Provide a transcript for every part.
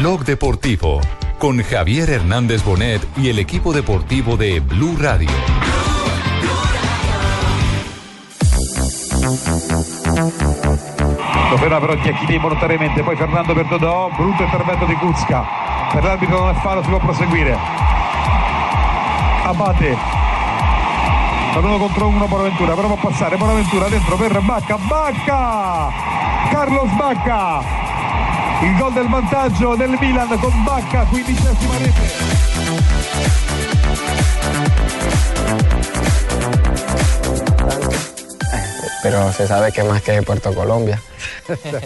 Blog Deportivo con Javier Hernández Bonet y el equipo deportivo de Blue Radio. Doveva però Chiachini volontariamente, poi Fernando Bertodò, brutto intervento di Kuzka. Per l'arbitro non è fallo, si può proseguire. Abate. Per uno contro uno Bonaventura, prova a passare, Bonaventura dentro per Bacca, Bacca! Carlos Bacca! Il gol del vantaggio del Milan con Bacca, quindicesima rete. pero se sabe que más que Puerto Colombia.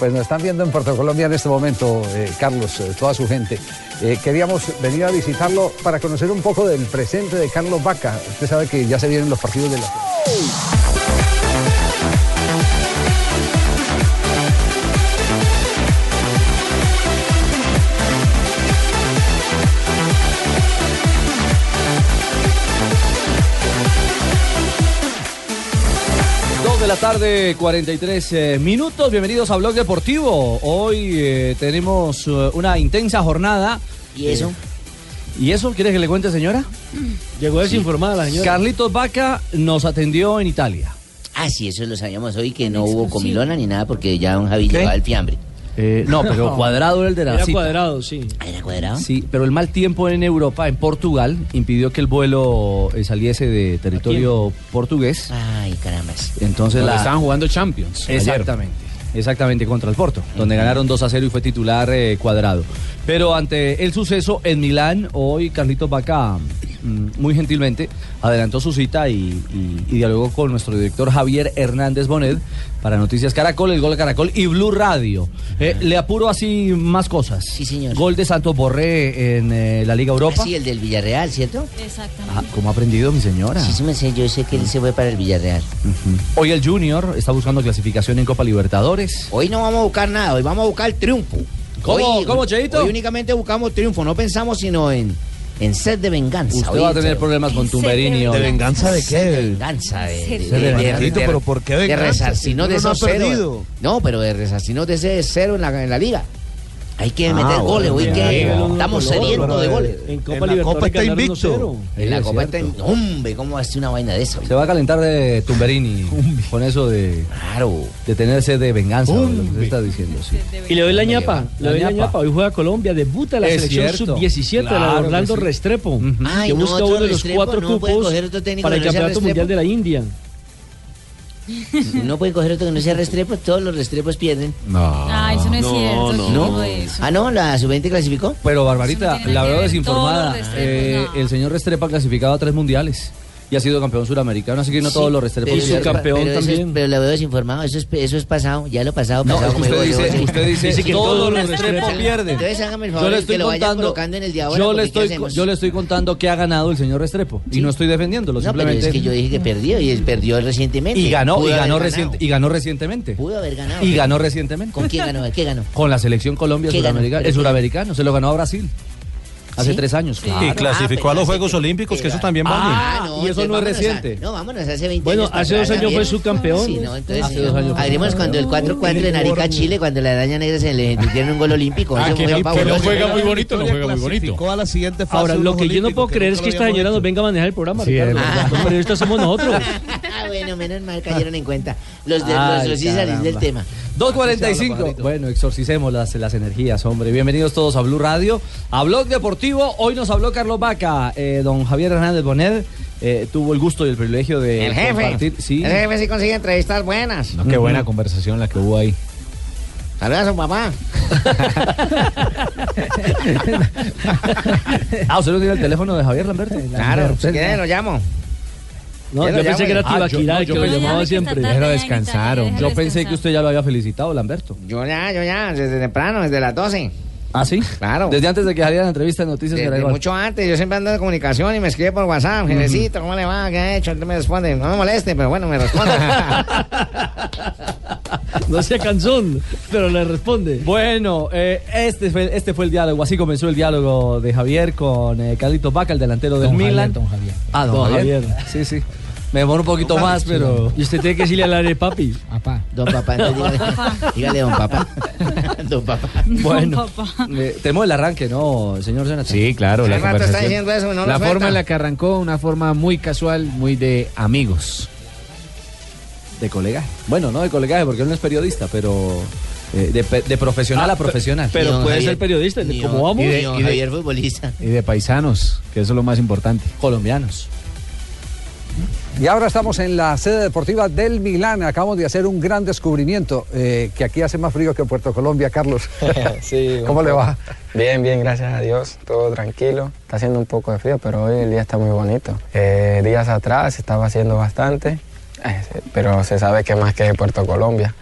Pues nos están viendo en Puerto Colombia en este momento, eh, Carlos, eh, toda su gente. Eh, queríamos venir a visitarlo para conocer un poco del presente de Carlos Vaca. Usted sabe que ya se vienen los partidos de la... Dos de la tarde, 43 eh, minutos. Bienvenidos a Blog Deportivo. Hoy eh, tenemos eh, una intensa jornada. ¿Y eso? ¿Y eso? ¿Quiere que le cuente, señora? Llegó desinformada la señora. Carlitos Vaca nos atendió en Italia. Ah, sí, eso lo sabíamos hoy, que no hubo comilona ni nada porque ya don Javi llevaba el fiambre. Eh, no, pero cuadrado era el de la Era cita. cuadrado, sí. Ah, ¿Era cuadrado? Sí, pero el mal tiempo en Europa, en Portugal, impidió que el vuelo eh, saliese de territorio portugués. Ay, carambas. Entonces Donde la... estaban jugando Champions. Exactamente, exactamente contra el Porto, donde ganaron 2 a 0 y fue titular eh, cuadrado. Pero ante el suceso en Milán, hoy Carlitos Vaca mm, muy gentilmente adelantó su cita y, y- y dialogó con nuestro director Javier Hernández Bonet para Noticias Caracol, el gol de Caracol y Blue Radio. Eh, le apuro así más cosas. Sí, señor. Gol de Santos Borré en eh, la Liga Europa. Ah, sí, el del Villarreal, ¿cierto? Ah, ¿Cómo ha aprendido mi señora? Sí, sí, me sé, yo sé que él se fue para el Villarreal. Hoy el Junior está buscando clasificación en Copa Libertadores. Hoy no vamos a buscar nada, hoy vamos a buscar el triunfo. ¿Cómo? Hoy- ¿Cómo, Cheito? Hoy únicamente buscamos triunfo, no pensamos sino en, en sed de venganza. Usted Hoy va a el- tener problemas con Tumberini. hoy. venganza de qué? Venganza de, de, de venganza. ¿Pero por qué de venganza? resarcinos Si de uno no ha esos cero. perdido. No, pero de resarcinos de ese cero en la, en la liga. Hay que Ah, meter goles, hoy bueno, que ya. estamos Pero, sedientos de pero, goles. En Copa En la Libertadores Copa está ganaron invicto. 1-0. En la Es copa cierto. está- Hombre, ¿cómo hace una vaina de esa? Se va a calentar de Tumberini con eso de, Claro. de tenerse de venganza, lo que usted está diciendo. sí. Y le doy la ñapa, La le doy la ñapa. ñapa. Hoy juega Colombia, debuta la Es selección cierto. sub-17, la Claro de que Orlando sí. Restrepo, Ay, que no, busca otro uno de los Restrepo, cuatro no puede cupos coger otro técnico para el que no sea Campeonato Mundial Restrepo. de la India. No puede coger otro que no sea Restrepo, todos los Restrepos pierden. Ah, eso no es cierto. No. Ah, no, la sub-20 clasificó. Pero Eso Barbarita, no tiene la nada que verdad ver, todos desinformada. los eh, Restrepo, no. El señor Restrepa ha clasificado a tres mundiales y ha sido campeón suramericano, así que no todos los Restrepos pero- su pierden. subcampeón también. pero lo veo desinformado, eso es, eso es pasado, ya lo pasado, No, pasado. es que como usted digo yo, dice, sí. usted dice, Dice que todos todos los los Restrepo Restrepo pierden. Entonces hágame el favor Yo le de estoy que lo vayan contando, colocando en el de ahora, yo porque le ¿qué estoy, hacemos? yo le estoy contando que ha ganado el señor Restrepo y no estoy defendiéndolo, No, pero simplemente es que yo dije que perdió y él perdió recientemente. y ganó Pudo y haber ganó, ganado. recien- y ganó recientemente Pudo haber ganado. y pero- ganó recientemente. ¿Con quién ganó? ¿Qué ganó? Con la selección Colombia ¿Qué ganó? suramericana. ¿Pero El qué? suramericano se lo ganó a Brasil hace ¿Sí? Ah, tres años. Y clasificó pero a los hace- Juegos Olímpicos, que eso también vale. Ah, y eso entonces no es vámonos a- reciente. no, vámonos, hace 20 Bueno, años. para hace dos atrás años fue también. subcampeón. Sí, no, entonces. Hace dos años fue Hablemos cuando el 4-4 en Arica, Chile, cuando la araña negra se le metieron un gol olímpico. Ah, Eso Ah, fue pavoroso. muy bonito, no juega muy bonito. a la siguiente fase Ahora, de lo los que yo no Olímpicos, puedo creer es que nunca esta lo señora nos habíamos venga a manejar el programa, Sí, Ricardo. es Los periodistas somos nosotros. Ah, bueno, menos mal cayeron en cuenta. Los de Ay, los los sí salís del caramba. tema. 2.45. Bueno, exorcicemos las, las energías, hombre. Bienvenidos todos a Blue Radio, a Blog Deportivo. Hoy nos habló Carlos Vaca. Eh, don Javier Hernández Bonet eh, tuvo el gusto y el privilegio de El jefe. compartir. Sí, El jefe sí consigue entrevistas buenas. hecho. Eh, No, qué buena conversación la que hubo ahí. Saluda a su papá. Ah, ¿usted no tiene el teléfono de Javier Lamberto? Claro, si quiere lo llamo. No, Ah, yo pensé que era Tibaquirá, que lo llamaba siempre. Pero descansaron. Yo pensé que usted ya lo había felicitado, Lamberto. Yo ya, yo ya, desde temprano, desde las 12. ¿Ah, sí? Claro. Desde antes de que saliera la entrevista de Noticias Desde Caracol. mucho antes, yo siempre ando en comunicación y me escribe por WhatsApp, Genecito, ¿cómo le va? ¿Qué ha hecho? Él me responde, no me moleste, pero bueno, me responde. No sea canzón, pero le responde. Bueno, eh, este, fue, este fue el diálogo, así comenzó el diálogo de Javier con eh, Carlitos Baca, el delantero del Don Javier, Milan. don Javier. Ah, don, Don Javier. Javier. Sí, sí. Me demoro un poquito más, pero... Y usted tiene que decirle al área papi. Papá. Don papá, entonces dígale, dígale don papá. Don papá. Bueno, eh, tenemos el arranque, ¿no, señor Jonathan? Sí, claro, la Hace rato está conversación. diciendo eso y no lo la suelta. forma en la que arrancó, una forma muy casual, muy de amigos. De colegaje. Bueno, no de colegaje, porque él no es periodista, pero eh, de, pe- de profesional a profesional. periodista, como Pues vamos. Y de, Ni don y de- Javier futbolista. y de paisanos, que eso es lo más importante. Colombianos. Y ahora estamos en la sede deportiva del Milán. Acabamos de hacer un gran descubrimiento, eh, que aquí hace más frío que en Puerto Colombia, Carlos. Sí, un ¿Cómo le poco. va? Bien, bien, gracias a Dios. Todo tranquilo. Está haciendo un poco de frío, pero hoy el día está muy bonito. Eh, días atrás estaba haciendo bastante, eh, pero se sabe que más que Puerto Colombia.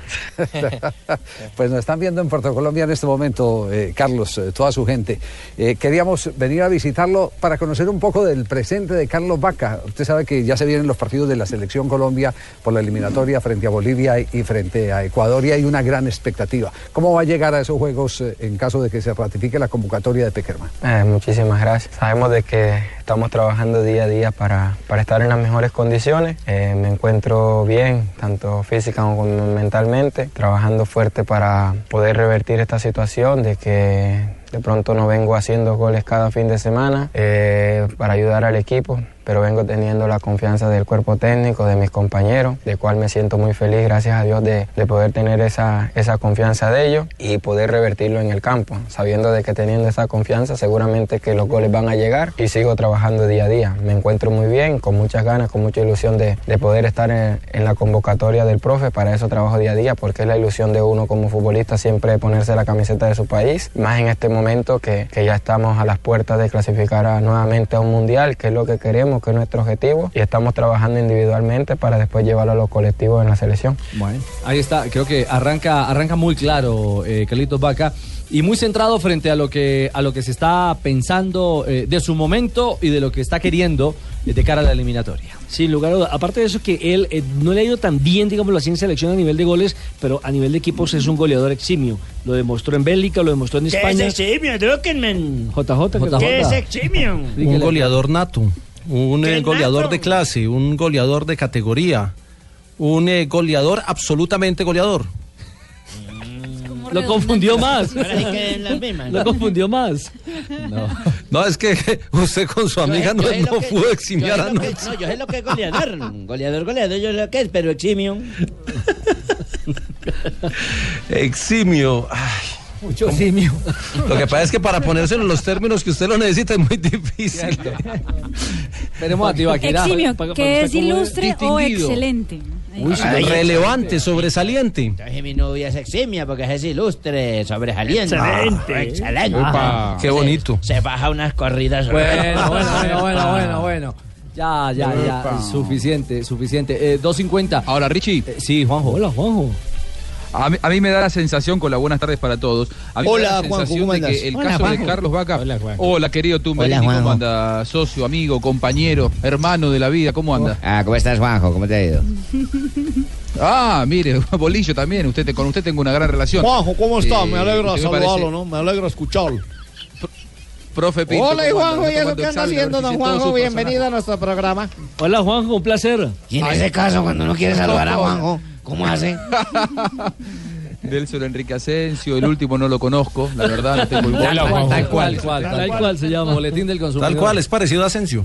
Pues nos están viendo en Puerto Colombia en este momento, eh, Carlos, eh, toda su gente. Eh, queríamos venir a visitarlo para conocer un poco del presente de Carlos Vaca. Usted sabe que ya se vienen los partidos de la selección Colombia por la eliminatoria frente a Bolivia y y frente a Ecuador y hay una gran expectativa. ¿Cómo va a llegar a esos juegos eh, en caso de que se ratifique la convocatoria de Peckerman? Eh, muchísimas gracias. Sabemos de que estamos trabajando día a día para, para estar en las mejores condiciones. Eh, me encuentro bien, tanto física como mentalmente, trabajando fuerte para poder revertir esta situación de que de pronto no vengo haciendo goles cada fin de semana eh, para ayudar al equipo, pero vengo teniendo la confianza del cuerpo técnico, de mis compañeros, de cual me siento muy feliz, gracias a Dios, de, de poder tener esa, esa confianza de ellos y poder revertirlo en el campo, sabiendo de que teniendo esa confianza seguramente que los goles van a llegar y sigo trabajando día a día. Me encuentro muy bien, con muchas ganas, con mucha ilusión de, de poder estar en, en la convocatoria del profe, para eso trabajo día a día, porque es la ilusión de uno como futbolista siempre ponerse la camiseta de su país, más en este momento que, que ya estamos a las puertas de clasificar a- nuevamente a un mundial, que es lo que queremos, que es nuestro objetivo, y estamos trabajando individualmente para después llevarlo a los colectivos en la selección. Bueno, ahí está, creo que arranca, arranca muy claro eh, Carlitos Vaca y muy centrado frente a lo que, a lo que se está pensando eh, de su momento y de lo que está queriendo eh, de cara a la eliminatoria. Sin lugar a duda. Aparte de eso, que él eh, no le ha ido tan bien, digámoslo así, en selección a nivel de goles, pero a nivel de equipos es un goleador eximio. Lo demostró en Bélgica, lo demostró en España. eximio, Druckenman? JJ, que- eximio? Un goleador nato, un eh, ¿Qué goleador nato? de clase, un goleador de categoría, un eh, goleador absolutamente goleador. Mm. Lo confundió más. Ahora sí que en las mismas. Lo confundió más. No, es que usted con su amiga no, yo sé lo no que- pudo yo eximiar sé a lo que- Nato. No, yo sé lo que es goleador. Goleador, goleador, yo sé lo que es, pero eximio. Eximio. Ay, Mucho simio. Lo que pasa es que para ponérselo en los términos que usted lo necesita es muy difícil. Tenemos a Tibaquirá. Eximio, que es ilustre o Distinguido. excelente. Uy, sí, relevante, sobresaliente. Entonces mi novia es eximia porque es ilustre, sobresaliente. Excelente. Ah, excelente. Upa. Qué Se- bonito. Se, baja unas corridas. Bueno, bueno, bueno, bueno, bueno, bueno. Ya, ya, ya. Suficiente, suficiente. Eh, 2.50. Ahora, Richie. sí, Juanjo. Hola, Juanjo. A mí, a mí me da la sensación, con la buenas tardes para todos. A mí me Hola, da la Juanjo, sensación ¿cómo de andas? que el Hola, caso Juanjo. de Carlos Vaca. Hola, querido Tumba. Hola, ¿Cómo Juanjo. anda? Socio, amigo, compañero, hermano de la vida, ¿cómo anda? Ah, ¿cómo estás, Juanjo? ¿Cómo te ha ido? Ah, mire, Bolillo también. Usted, te- con usted tengo una gran relación. Juanjo, ¿cómo está? Eh, me alegra ¿qué le parece? saludarlo, ¿no? Me alegra escucharlo. Profe Pinto. Hola, ¿cómo anda? Juanjo, ¿Está ¿y eso tomando qué anda examen? A ver haciendo, si don se- todos Juanjo? sus Bienvenido a nuestro programa. Hola, Juanjo, un placer. Y en ese caso, cuando uno quiere saludar a Juanjo, ¿cómo hace? Delson Enrique Asensio, el último no lo conozco, la verdad, no tengo idea. Tal cual, tal cual se llama. Boletín del consumidor. Tal cual, es parecido a Asensio.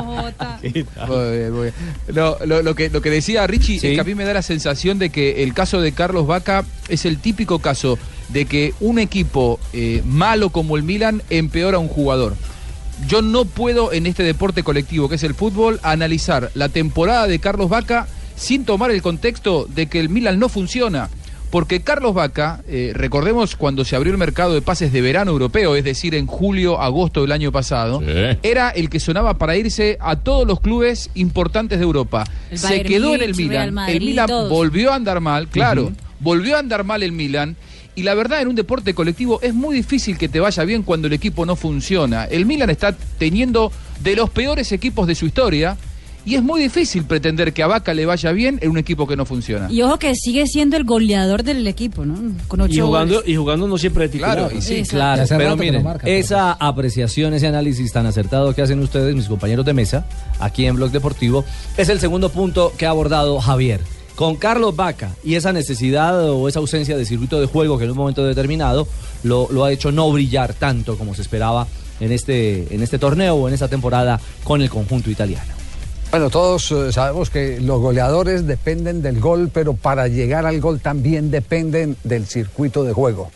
Muy bien, muy bien. No, lo, lo que, lo que decía Richie es que a mí me da la sensación de que el caso de Carlos Vaca es el típico caso de que un equipo eh, malo como el Milan empeora a un jugador. Yo no puedo en este deporte colectivo que es el fútbol analizar la temporada de Carlos Vaca sin tomar el contexto de que el Milan no funciona. Porque Carlos Vaca, eh, recordemos cuando se abrió el mercado de pases de verano europeo, es decir, en julio, agosto del año pasado, era el que sonaba para irse a todos los clubes importantes de Europa. El se Bayern quedó en el Múnich, Real Milan. Madrid, el Milan todos. volvió a andar mal, claro. Ujú. Volvió a andar mal el Milan. Y la verdad, en un deporte colectivo es muy difícil que te vaya bien cuando el equipo no funciona. El Milan está teniendo de los peores equipos de su historia. Y es muy difícil pretender que a Vaca le vaya bien en un equipo que no funciona. Y ojo que sigue siendo el goleador del equipo, ¿no? Con ocho Y jugando, goles. y jugando no siempre de titular. Claro, y sí, claro. Pero miren, esa apreciación, ese análisis tan acertado que hacen ustedes, mis compañeros de mesa, aquí en Blog Deportivo, es el segundo punto que ha abordado Javier. Con Carlos Vaca y esa necesidad o esa ausencia de circuito de juego que en un momento determinado lo, lo ha hecho no brillar tanto como se esperaba en este, en este torneo o en esta temporada con el conjunto italiano. Bueno, todos eh, sabemos que los goleadores dependen del gol, pero para llegar al gol también dependen del circuito de juego.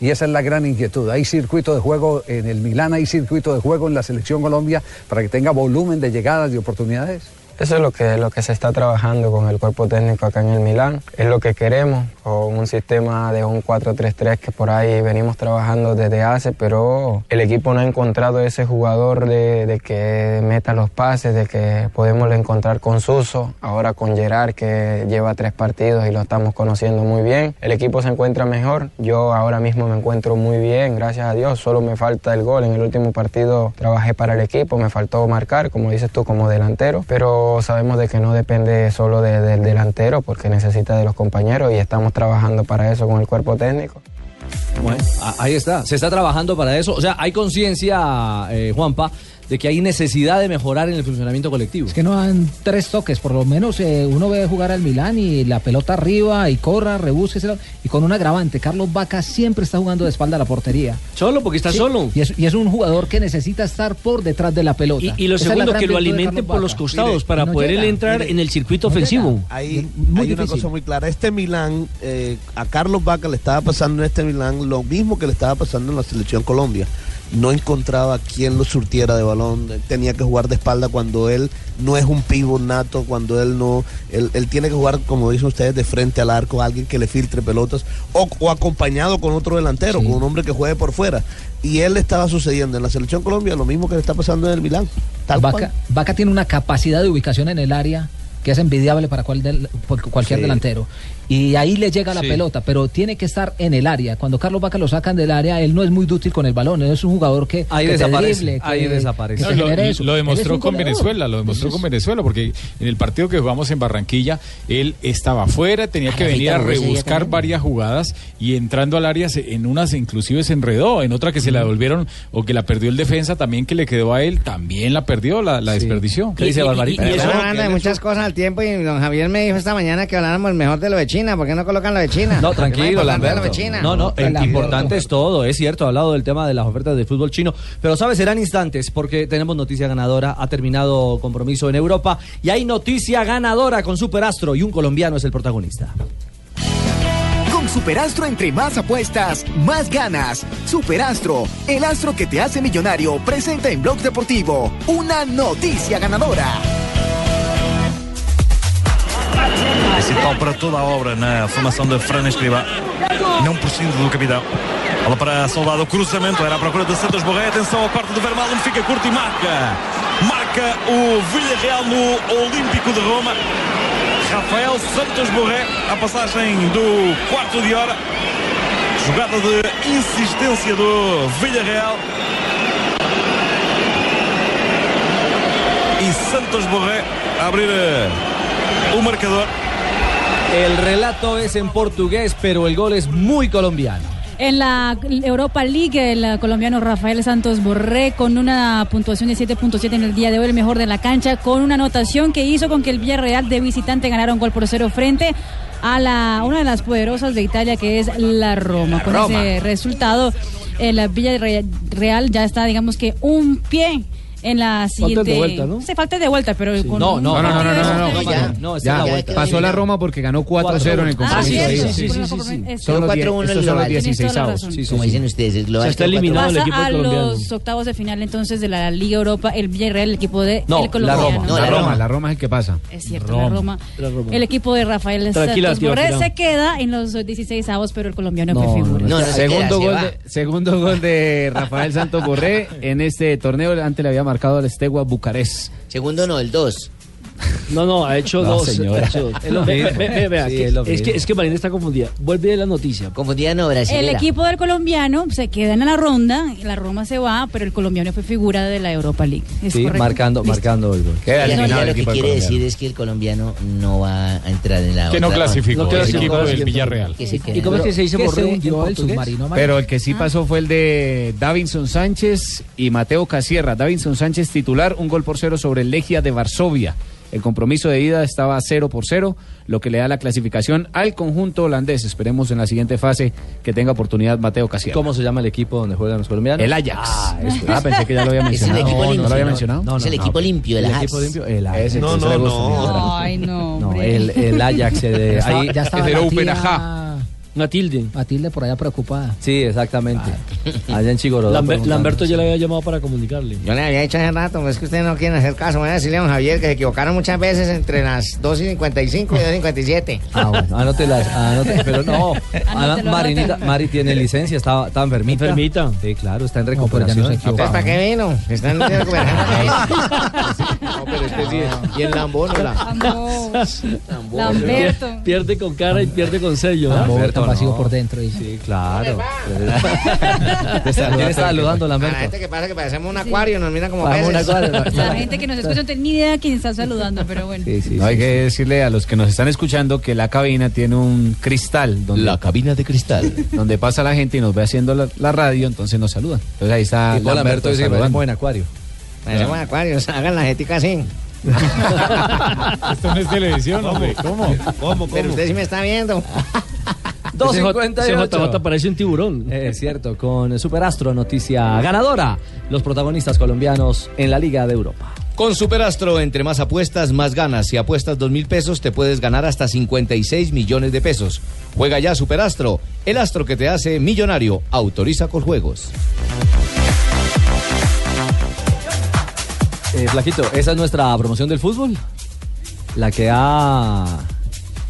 Y esa es la gran inquietud. Hay circuito de juego en el Milán, hay circuito de juego en la selección Colombia para que tenga volumen de llegadas y oportunidades. Eso es lo que, lo que se está trabajando con el cuerpo técnico acá en el Milán. Es lo que queremos, con un sistema de un 4-3-3 que por ahí venimos trabajando desde hace, pero el equipo no ha encontrado ese jugador de, de que meta los pases, de que podemos encontrar con Suso, ahora con Gerard que lleva tres partidos y lo estamos conociendo muy bien. El equipo se encuentra mejor, yo ahora mismo me encuentro muy bien, gracias a Dios, solo me falta el gol. En el último partido trabajé para el equipo, me faltó marcar, como dices tú, como delantero, pero sabemos de que no depende solo de- del delantero porque necesita de los compañeros y estamos trabajando para eso con el cuerpo técnico. Bueno, a- ahí está. Se está trabajando para eso. O sea, hay conciencia, eh, Juanpa, de que hay necesidad de mejorar en el funcionamiento colectivo. Es que no dan tres toques, por lo menos eh, uno ve jugar al Milán y la pelota arriba y corra, rebúsquesela. Y con un agravante, Carlos Vaca siempre está jugando de espalda a la portería. Solo, porque está Sí, solo. Y es, y es un jugador que necesita estar por detrás de la pelota. Y, y lo Esa es la segundo, gran que lo virtud de alimenten Carlos por Vaca. los costados Mire, para no poder llega. él entrar Mire, en el circuito no llega. ofensivo. Ahí muy hay una difícil. cosa muy clara. Este Milán, eh, a Carlos Vaca le estaba pasando en este Milán lo mismo que le estaba pasando en la selección Colombia. No encontraba quien lo surtiera de balón. Tenía que jugar de espalda cuando él no es un pivo nato, cuando él no. Él, él tiene que jugar, como dicen ustedes, de frente al arco, alguien que le filtre pelotas o, o acompañado con otro delantero, con un hombre que juegue por fuera. Y él le estaba sucediendo en la selección Colombia lo mismo que le está pasando en el Milán. Tal cual. Vaca, Vaca tiene una capacidad de ubicación en el área que es envidiable para cual del- por cualquier Sí. delantero. Y ahí le llega la Sí. pelota, pero tiene que estar en el área. Cuando Carlos Vaca lo sacan del área, él no es muy dútil con el balón. Él es un jugador que, Ahí que te desaparece, drible, que- ahí desaparece. que No, te lo, genere eso. lo Él es demostró un con goleador. Venezuela, lo demostró con Venezuela, porque en el partido que jugamos en Barranquilla, él estaba afuera, tenía que Rafita venir a jugó ese día rebuscar también. varias jugadas y entrando al área, se- en unas inclusive se enredó, en otra que se la devolvieron o que la perdió el defensa también que le quedó a él, también la perdió, la, la desperdició. ¿Qué dice Y- y- Barbarita? y- y eso- Están hablando de Ah, muchas cosas al tiempo y don Javier me dijo esta mañana que habláramos mejor de lo de China. ¿Por qué no colocan lo de China? No, ¿Por qué no tranquilo, hay importante Lamberto. Lo de China? No, no, el importante es todo, es cierto, ha hablado del tema de las ofertas de fútbol chino, pero sabes, serán instantes porque tenemos noticia ganadora, ha terminado compromiso en Europa y hay noticia ganadora con Superastro y un colombiano es el protagonista. Con Superastro entre más apuestas, más ganas. Superastro, el astro que te hace millonario, presenta en Blog Deportivo una noticia ganadora. principal é para toda a obra na formação de Fran Escrivá. Não prescinde do capitão. Bola para Soldado, cruzamento, era à procura de Santos Borré. Atenção à parte do Vermaelen, fica curto e marca. Marca o Villarreal no Olímpico de Roma. Rafael Santos Borré, a passagem do quarto de hora. Jogada de insistência do Villarreal. E Santos Borré a abrir eh, o marcador. El relato es en portugués, pero el gol es muy colombiano. En la Europa League, el colombiano Rafael Santos Borré con una puntuación de 7.7 en el día de hoy, el mejor de la cancha, con una anotación que hizo con que el Villarreal de visitante ganara un gol por cero frente a la, una de las poderosas de Italia que es la Roma. con Roma. ese resultado, el Villarreal ya está, digamos que, un pie en la siguiente. Faltas de vuelta, ¿no? Sí, falta de vuelta, pero con No, no, No, no, no, no, no, no, no, no, ya, ya, no, esta es la ya, vuelta. pasó la Roma porque ganó 4-0 en el Ah, compromiso. sí, de ida. sí, sí, sí, sí, sí. Son los 4-1 en die- esos son los global. 16 Tienes toda la avos. razón. Sí, sí, Como sí. dicen ustedes, es global. Se está que cuatro- eliminado el Pasa equipo a colombiano. los octavos de final entonces de la Liga Europa, el Villarreal, el equipo de No, el la colombiano. Roma, la Roma, la Roma es el que pasa. Es cierto, la Roma. El equipo de Rafael Tranquila, Santos tío, Borré tranquila. se queda en los 16 avos, pero el colombiano fue figura. no, no se segundo, queda, se gol va. de, segundo gol de Rafael Santos Borré en este torneo. Antes le había marcado al Estegua Bucarest. Segundo no, el 2. No, no, ha hecho No, dos. señora. ha hecho dos. Es lo Ve- mismo. ve- ve- vea, Sí, que- es lo es, que, mismo. es que Marina está confundida. Vuelve la noticia. Confundida no, El equipo del colombiano se queda en la ronda, la Roma se va, pero el colombiano fue figura de la Europa League. ¿Es Sí, correcto? marcando, Listo. marcando el gol. Ya- ya lo que quiere decir es que el colombiano no va a entrar en la Que otra no ronda. clasificó, No el clasificó, equipo del clasificó. Villarreal. Que se quede. ¿Y cómo es que se dice Que Borré se en hundió el portugués? submarino amarillo. Pero el que Ah. sí pasó fue el de Davinson Sánchez y Mateo Casierra. Davinson Sánchez titular, un gol por cero sobre el Legia de Varsovia. El compromiso de ida estaba cero por cero, lo que le da la clasificación al conjunto holandés. Esperemos en la siguiente fase que tenga oportunidad Mateo Casierra. ¿Cómo se llama el equipo donde juegan los colombianos? El Ajax. Ah, eso. Ah, pensé que ya lo había Es el mencionado. equipo No, limpio, no lo había ¿no? mencionado. No, no, Es el no. equipo limpio, el El Ajax. equipo limpio, el Ajax. Ese, No, ese no, le gusta, no. señora. Ay, no. No, hombre. el, el Ajax. eh, de- Ya estaba- ahí, ya estaba es la el tía- Open Aja. Matilde. Matilde por allá preocupada. Sí, exactamente. Allá en Chigorodó. Lamber- preguntando. Lamberto ya le había llamado para comunicarle. Yo le había dicho hace rato, pero es que ustedes no quieren hacer caso. Voy a decirle a don Javier que se equivocaron muchas veces entre las 2 y 55 y 2 y 57. Ah, bueno, anótelas, anótelas, pero no. Ana- Marinita, Mari tiene licencia, está, está enfermita. Enfermita. Sí, claro, está en recuperación. Entonces, ¿para qué vino? Están Este Y el Lambón, Lamberto. Pier- Pierde con cara y pierde con sello. ¿no? Amor tan vacío por dentro. y- Sí, claro. Te está- ¿Quién está saludando, A la Lamberto? gente que pasa que parecemos un acuario, nos miran como Vamos, un peces. La gente que nos escucha no tiene ni idea de quién está saludando, pero bueno. No hay que decirle a los que nos están escuchando que la cabina tiene un cristal. Donde, la cabina de cristal. Donde pasa la gente y nos ve haciendo la, la radio, entonces nos saludan. Entonces ahí está Tipo Lamberto dice que saludando. parecemos en acuario. Parecemos acuarios, hagan la jetica así. Esto no es televisión, hombre. ¿Cómo? Pero usted sí me está viendo. Ese J- 2.58. ese JJ parece un tiburón. Eh, Es cierto, con Superastro, noticia ganadora. Los protagonistas colombianos en la Liga de Europa. Con Superastro, entre más apuestas, más ganas. Si apuestas dos mil pesos, te puedes ganar hasta 56 millones de pesos. Juega ya Superastro, el astro que te hace millonario. Autoriza con juegos. Eh, Flaquito, esa es nuestra promoción del fútbol. La que ha.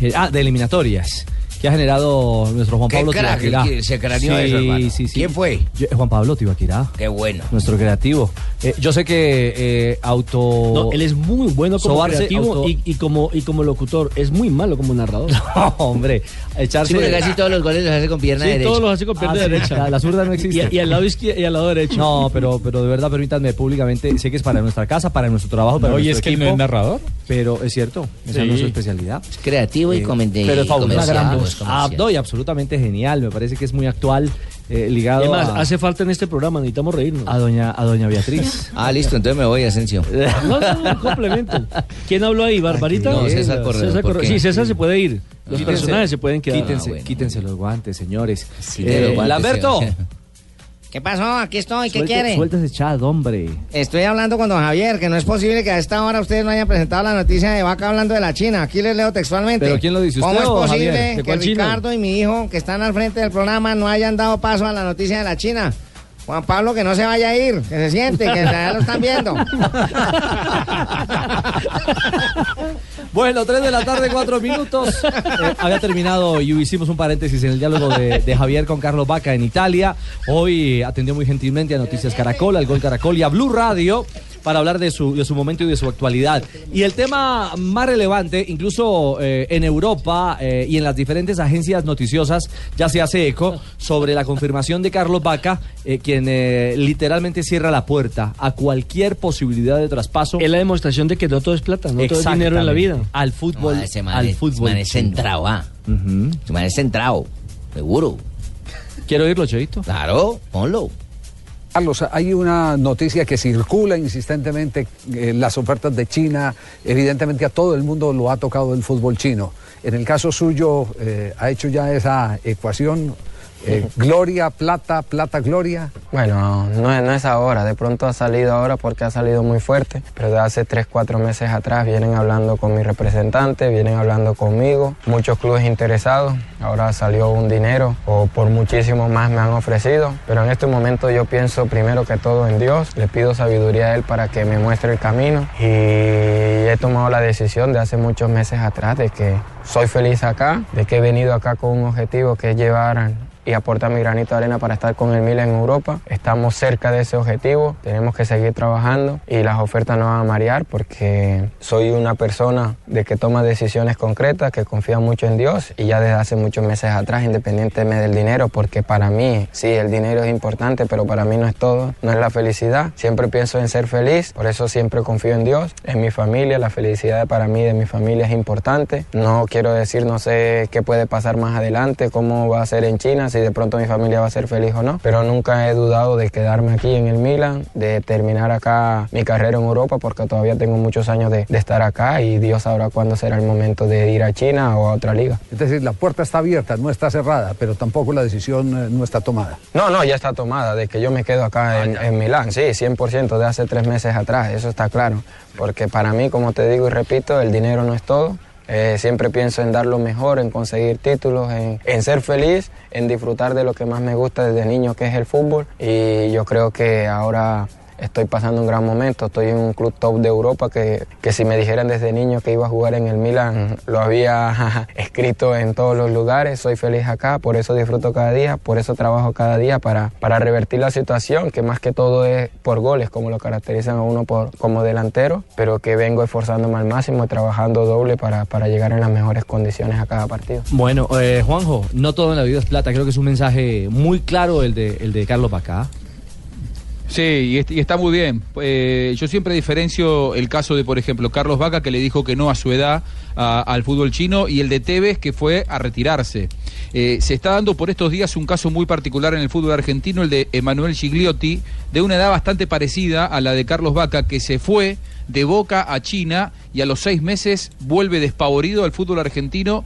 eh, ah, de eliminatorias. Que ha generado nuestro Juan Qué Pablo crack el Tibaquirá. que se craneó eso, hermano. ¿Quién fue? Juan Pablo Tibaquirá. Qué bueno. Nuestro creativo. Eh, yo sé que eh, auto. No, él es muy bueno como Sobarse, creativo auto- y, y como, y como locutor. Es muy malo como narrador. hombre, echarse. Sí, porque Ah. casi todos los goles los hace con pierna Sí, derecha. todos los hace con pierna Ah, sí, derecha. la- la zurda no existe. Y, y al lado izquierdo y al lado derecho. No, pero, pero de verdad permítanme públicamente, sé que es para nuestra casa, para nuestro trabajo, para No, y nuestro es que él no equipo, es narrador. Pero es cierto, esa Sí. no es su especialidad. Es creativo y comente- Pero es fabuloso. comercial, Una gran pues, voz. Ah, comercial. Abdo y absolutamente genial, me parece que es muy actual, eh, ligado Además, a, hace falta en este programa, necesitamos reírnos. a doña, a doña Beatriz. Ah, listo, entonces me voy, Asensio. No, no, no, complemento. ¿Quién habló ahí, Barbarita? No, César Corredor, ¿por qué? Sí, César se puede ir. Los Quítense- personajes se pueden quedar. Ah, Quítense, quítense los guantes, señores. Eh, de los guantes, Lamberto, señor. ¿Qué pasó? Aquí estoy, ¿qué suelte- quieren? suelta ese chat, hombre. Estoy hablando con don Javier, que no es posible que a esta hora ustedes no hayan presentado la noticia de Vaca hablando de la China. Aquí les leo textualmente. ¿Pero quién lo dice, ¿Cómo usted es o posible Javier? ¿De que cuál China? Ricardo y mi hijo, que están al frente del programa, no hayan dado paso a la noticia de la China? Juan Pablo, que no se vaya a ir, que se siente, que ya lo están viendo. Bueno, 3 de la tarde, 4 minutos. Eh, había terminado y hicimos un paréntesis en el diálogo de, de Javier con Carlos Vaca en Italia. Hoy atendió muy gentilmente a Noticias Caracol, al Gol Caracol y a Blue Radio para hablar de su, de su momento y de su actualidad. Y el tema más relevante, incluso eh, en Europa eh, y en las diferentes agencias noticiosas, ya se hace eco sobre la confirmación de Carlos Vaca, eh, quien eh, literalmente cierra la puerta a cualquier posibilidad de traspaso. Es la demostración de que no todo es plata, no todo es Exactamente. dinero en la vida. Al fútbol. Ah, ese man al es- fútbol. man es chino. centrado, ah. Ujú. Se me ha centrado, seguro. Quiero oírlo, Cheito. Claro, ponlo. Carlos, hay una noticia que circula insistentemente, eh, las ofertas de China, evidentemente a todo el mundo lo ha tocado el fútbol chino. En el caso suyo, eh, ¿ha hecho ya esa ecuación Eh, gloria, plata, plata, gloria. Bueno, no es, no es ahora, de pronto ha salido ahora porque ha salido muy fuerte, pero de hace 3, 4 meses atrás vienen hablando con mi representante, vienen hablando conmigo, muchos clubes interesados, ahora salió un dinero o por muchísimo más me han ofrecido, pero en este momento yo pienso primero que todo en Dios, le pido sabiduría a Él para que me muestre el camino y he tomado la decisión de hace muchos meses atrás de que soy feliz acá, de que he venido acá con un objetivo que es llevar y aporta mi granito de arena para estar con el Milan en Europa. Estamos cerca de ese objetivo, tenemos que seguir trabajando y las ofertas no van a marear porque soy una persona de que toma decisiones concretas, que confía mucho en Dios y ya desde hace muchos meses atrás, independientemente del dinero, porque para mí, sí, el dinero es importante, pero para mí no es todo, no es la felicidad. Siempre pienso en ser feliz, por eso siempre confío en Dios, en mi familia, la felicidad para mí de mi familia es importante. No quiero decir, no sé qué puede pasar más adelante, cómo va a ser en China, si de pronto mi familia va a ser feliz o no, pero nunca he dudado de quedarme aquí en el Milan, de terminar acá mi carrera en Europa, porque todavía tengo muchos años de, de estar acá y Dios sabrá cuándo será el momento de ir a China o a otra liga. Es decir, la puerta está abierta, no está cerrada, pero tampoco la decisión eh, no está tomada. No, no, ya está tomada, de que yo me quedo acá en, en Milán, sí, 100% de hace tres meses atrás, eso está claro. Porque para mí, como te digo y repito, el dinero no es todo. Eh, siempre pienso en dar lo mejor, en conseguir títulos, en, en ser feliz, en disfrutar de lo que más me gusta desde niño, que es el fútbol. Y yo creo que ahora estoy pasando un gran momento. Estoy en un club top de Europa que, que si me dijeran desde niño que iba a jugar en el Milan, lo había escrito en todos los lugares. Soy feliz acá, por eso disfruto cada día, por eso trabajo cada día para, para revertir la situación, que más que todo es por goles, como lo caracterizan a uno por, como delantero, pero que vengo esforzándome al máximo y trabajando doble para, para llegar en las mejores condiciones a cada partido. Bueno, eh, Juanjo, no todo en la vida es plata. Creo que es un mensaje muy claro el de, el de Carlos Bacá. Sí, y, est- y está muy bien. Eh, yo siempre diferencio el caso de, por ejemplo, Carlos Vaca, que le dijo que no a su edad a- al fútbol chino, y el de Tevez, que fue a retirarse. Eh, se está dando por estos días un caso muy particular en el fútbol argentino, el de Emanuel Gigliotti, de una edad bastante parecida a la de Carlos Vaca, que se fue de Boca a China y a los seis meses vuelve despavorido al fútbol argentino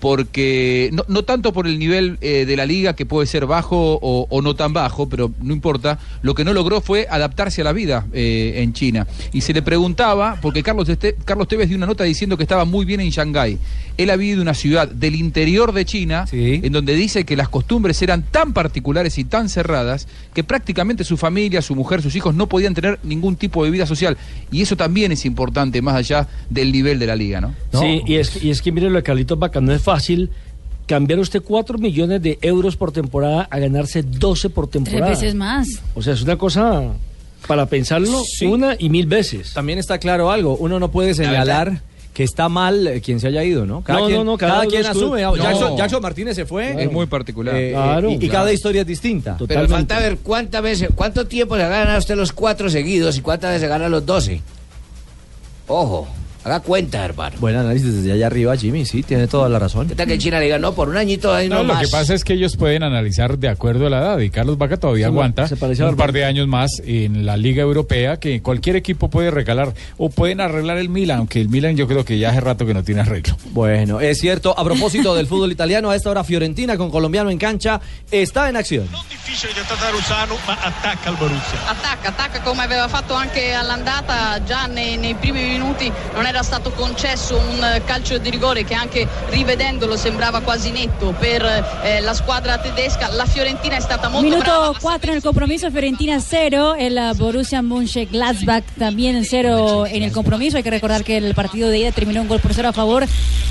porque no, no tanto por el nivel eh, de la liga que puede ser bajo o, o no tan bajo, pero no importa, lo que no logró fue adaptarse a la vida eh, en China. Y se le preguntaba, porque Carlos, Este- Carlos Tevez dio una nota diciendo que estaba muy bien en Shanghái. Él había ido a una ciudad del interior de China, en donde dice que las costumbres eran tan particulares y tan cerradas que prácticamente su familia, su mujer, sus hijos no podían tener ningún tipo de vida social. Y eso también es importante, más allá del nivel de la liga, ¿no? Sí, y es, y es que mire lo de Carlitos Vaca, no es fácil cambiar usted 4 millones de euros por temporada a ganarse 12 por Tres temporada. veces más. O sea, es una cosa para pensarlo una y mil veces. También está claro algo, uno no puede señalar que está mal eh, quien se haya ido, ¿no? No, quien, no, no, cada cada uno quien es tu- asume. No. Jackson, Jackson Martínez se fue. Es muy particular. Eh, eh, y, y cada historia es distinta. Pero falta ver cuántas veces, cuánto tiempo se gana usted los cuatro seguidos y cuántas veces se gana los doce. Ojo, haga cuenta, hermano. Buen análisis desde allá arriba, Jimmy, sí, tiene toda la razón. Hasta que China le diga, no, por un añito ahí no, No, lo más. que pasa es que ellos pueden analizar de acuerdo a la edad y Carlos Vaca todavía Se me- aguanta se parece a un par Barbarita. de años más en la Liga Europea que cualquier equipo puede regalar o pueden arreglar el Milan, aunque el Milan yo creo que ya hace rato que no tiene arreglo. Bueno, es cierto, a propósito del fútbol italiano, a esta hora Fiorentina con colombiano en cancha está en acción. difficile da Tatarusano, ma attacca il Borussia. Ah. Attacca, attacca come aveva fatto anche all'andata, già nei, nei primi minuti non era stato concesso un eh, calcio di rigore che anche rivedendolo sembrava quasi netto per eh, la squadra tedesca. La Fiorentina è stata molto brava. Minuto 4 en el compromiso, Fiorentina 0, el ah, Borussia Mönchengladbach también 0 en el compromiso. Hay que recordar que el partido de ida terminó un gol por cero a favor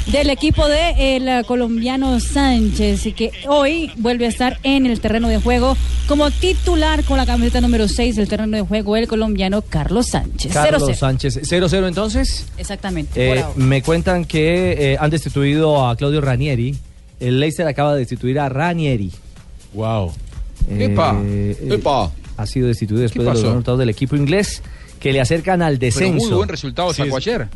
del equipo de el ah, colombiano Sánchez y que hoy vuelve a estar en el terreno de juego como titular con la camiseta número 6 del terreno de juego el colombiano Carlos Sánchez. 0-0. Carlos Sánchez, 0-0 entonces. Exactamente. Eh, por ahora. me cuentan que eh, han destituido a Claudio Ranieri. El Leicester acaba de destituir a Ranieri. Eh, Wow. Epa, epa. Ha sido destituido después de los pasó? buenos resultados del equipo inglés que le acercan al Pero descenso. muy buen resultado sacó ayer.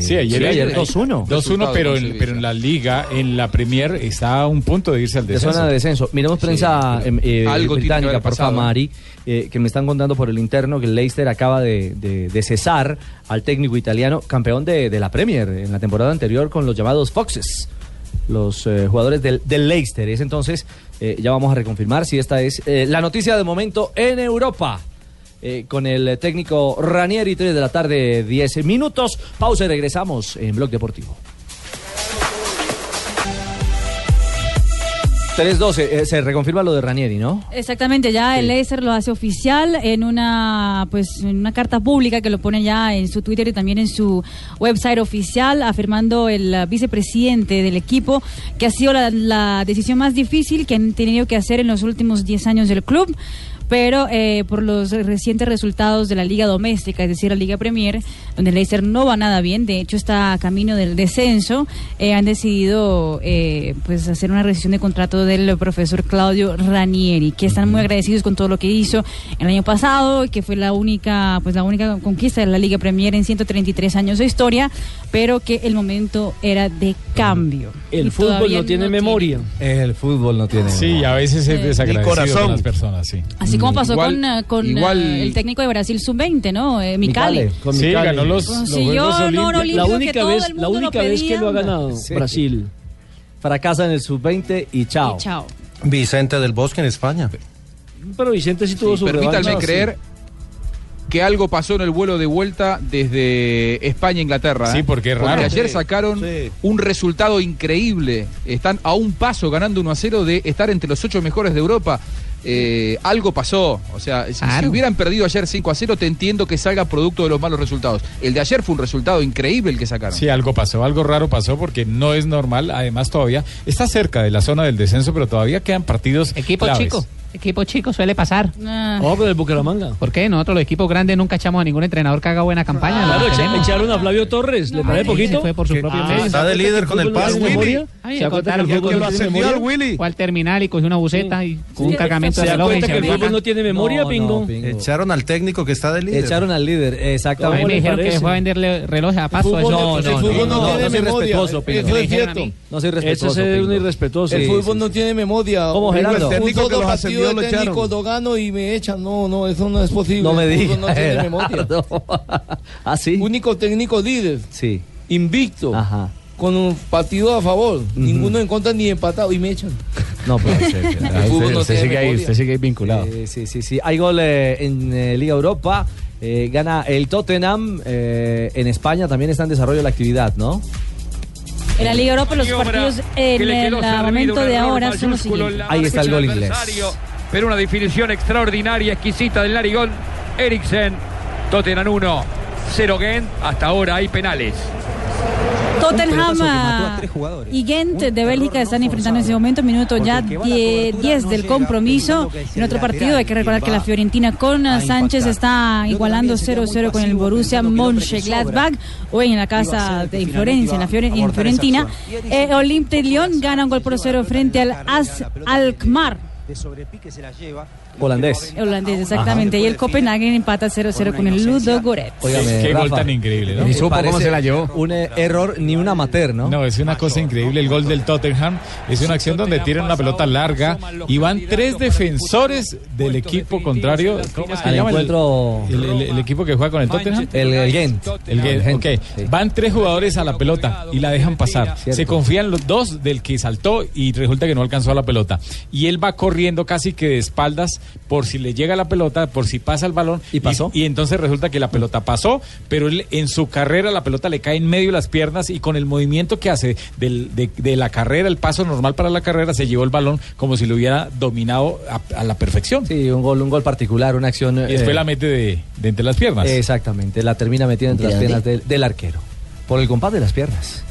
Sí, ayer, sí, ayer 2-1. 2-1, pero, en- pero en la liga, en la Premier, está a un punto de irse al De descenso. zona de descenso. Miremos prensa em, eh, algo tiene que británica, haber por pasado. favor, Mari, eh, que me están contando por el interno que el Leicester acaba de, de- de cesar al técnico italiano, campeón de, de la Premier en la temporada anterior con los llamados Foxes. los eh, jugadores del, del Leicester. Es entonces, eh, ya vamos a reconfirmar si esta es eh, la noticia de momento en Europa. eh, con el técnico Ranieri, 3 de la tarde, 10 minutos. Pausa y regresamos en Blog Deportivo. 3-12, eh, se reconfirma lo de Ranieri, ¿no? Exactamente, ya el Leicester lo hace oficial en una pues en una carta pública que lo pone ya en su Twitter y también en su website oficial, afirmando el eh, vicepresidente del equipo que ha sido la, la decisión más difícil que han tenido que hacer en los últimos 10 años del club. Pero eh, por los recientes resultados de la Liga Doméstica, es decir, la Liga Premier, donde el Leicester no va nada bien, de hecho está a camino del descenso, eh, han decidido eh, pues hacer una rescisión de contrato del profesor Claudio Ranieri, que están muy agradecidos con todo lo que hizo el año pasado, que fue la única pues la única conquista de la Liga Premier en 133 años de historia, pero que el momento era de cambio. El Y fútbol todavía no tiene memoria. El fútbol no tiene. Sí, a veces es Sí. desagradecido Y corazón. con las personas, sí. Así como pasó Igual- con, eh, con, eh, igual- el técnico de Brasil sub-20, ¿no? Eh, Micali. con Sí, Micali. ganó Pues los- Consiguió Los Juegos el oro olímpico Olímpicos. La que única todo vez, el la mundo lo única vez que lo ha pedía. ganado Sí. Brasil. Fracasa en el sub-20 y chao. Y chao. Vicente del Bosque en España. Pero Vicente sí tuvo su Permítanme revancha. creer que algo pasó en el vuelo de vuelta desde España a Inglaterra. Sí, ¿eh? porque es raro. ayer Sí, sacaron un resultado increíble. Están a un paso ganando 1 a 0 de estar entre los ocho mejores de Europa. Eh, algo pasó. O sea, si, si hubieran perdido ayer 5 a 0, te entiendo que salga producto de los malos resultados. El de ayer fue un resultado increíble el que sacaron. Sí, algo pasó, algo raro pasó porque no es normal. Además, todavía está cerca de la zona del descenso, pero todavía quedan partidos. Equipo claves. chico. Equipo chico suele pasar. No, pero el Bucaramanga. ¿Por qué? Nosotros los equipos grandes nunca echamos a ningún entrenador que haga buena campaña. Ah, lo claro, echa- tenemos. echaron a Flavio Torres, le paré sí, poquito. se fue por su propio Ah, medio. ¿se acuerda que fútbol no tiene memoria? Ah. Ay, ¿Se acuerda que contaron el fútbol no tiene memoria? Willy. Fue al terminal y cogió una buceta y con un Sí, cargamento ¿se de da reloj. y cuenta se que el fue fútbol acá. no tiene memoria, pingo? Echaron al técnico que está de líder. Echaron al líder, A mí exactamente. me dijeron que fue a venderle relojes a paso. eso. soy respetuoso, Pino. Me dijeron a mí. No soy respetuoso. Ese es un Pingo. irrespetuoso. Sí, El fútbol sí, no sí. tiene memoria. ¿Cómo, Un Gerardo? fútbol técnico que dos los partidos ascendió lo técnico echaron. lo gano y me echan. No, no, eso no es posible. No me El fútbol digas, No tiene Gerardo. memoria. ¿Ah, sí? Único técnico líder. Sí. Invicto. Con un partido a favor. Ninguno en contra ni empatado. Y me echan. No puede ser. El fútbol no tiene memoria. sigue ahí vinculado. Sí, sí, sí, sí. Hay gol eh, en eh, Liga Europa. eh, gana el Tottenham. eh, en España también está en desarrollo la actividad, ¿no? En la Liga Europa los partidos en el momento de ahora son los siguientes. Ahí está el gol inglés. Pero una definición extraordinaria, exquisita del narigón. Eriksen, Tottenham 1, 0 Gent. Hasta ahora hay penales. Tottenham ah, y Gent de Bélgica están enfrentando en ese momento, minuto ya 10 del compromiso. En otro partido hay que recordar que la Fiorentina con ah, Sánchez está igualando 0-0 con el Borussia Mönchengladbach hoy en la casa de Florencia, en la Fiore- en Fiorentina. Eh, Olympique de Lyon gana un gol por cero frente al AS Alkmaar. de sobrepique se la lleva. Holandés. Holandés, exactamente. Y el Copenhagen empata 0-0 con el Ludo Goretz. Óigame, Qué gol Rafa, tan increíble, ¿no? me parece llevó? Un eh, error ni un amateur, ¿no? No, es una cosa increíble. El gol del Tottenham es una acción donde tiran una pelota larga y van tres defensores del equipo contrario. ¿Cómo es que Al llama el- encuentro- el, el- el equipo que juega con el Tottenham? El- el Gent. El Gent, El ok. Van tres jugadores a la pelota y la dejan pasar. Se confían los dos del que saltó y resulta que no alcanzó a la pelota. Y él va corriendo casi que de espaldas por si le llega la pelota, por si pasa el balón. Y pasó. Y, entonces resulta que la pelota pasó, pero él en su carrera la pelota le cae en medio de las piernas y con el movimiento que hace del- de, de la carrera, el paso normal para la carrera, se llevó el balón como si lo hubiera dominado a, a la perfección. Sí, un gol, un gol particular, una acción. Y después eh, la mete de, de entre las piernas. Exactamente, la termina metida entre las Grande. piernas del, del arquero. Por el compás de las piernas.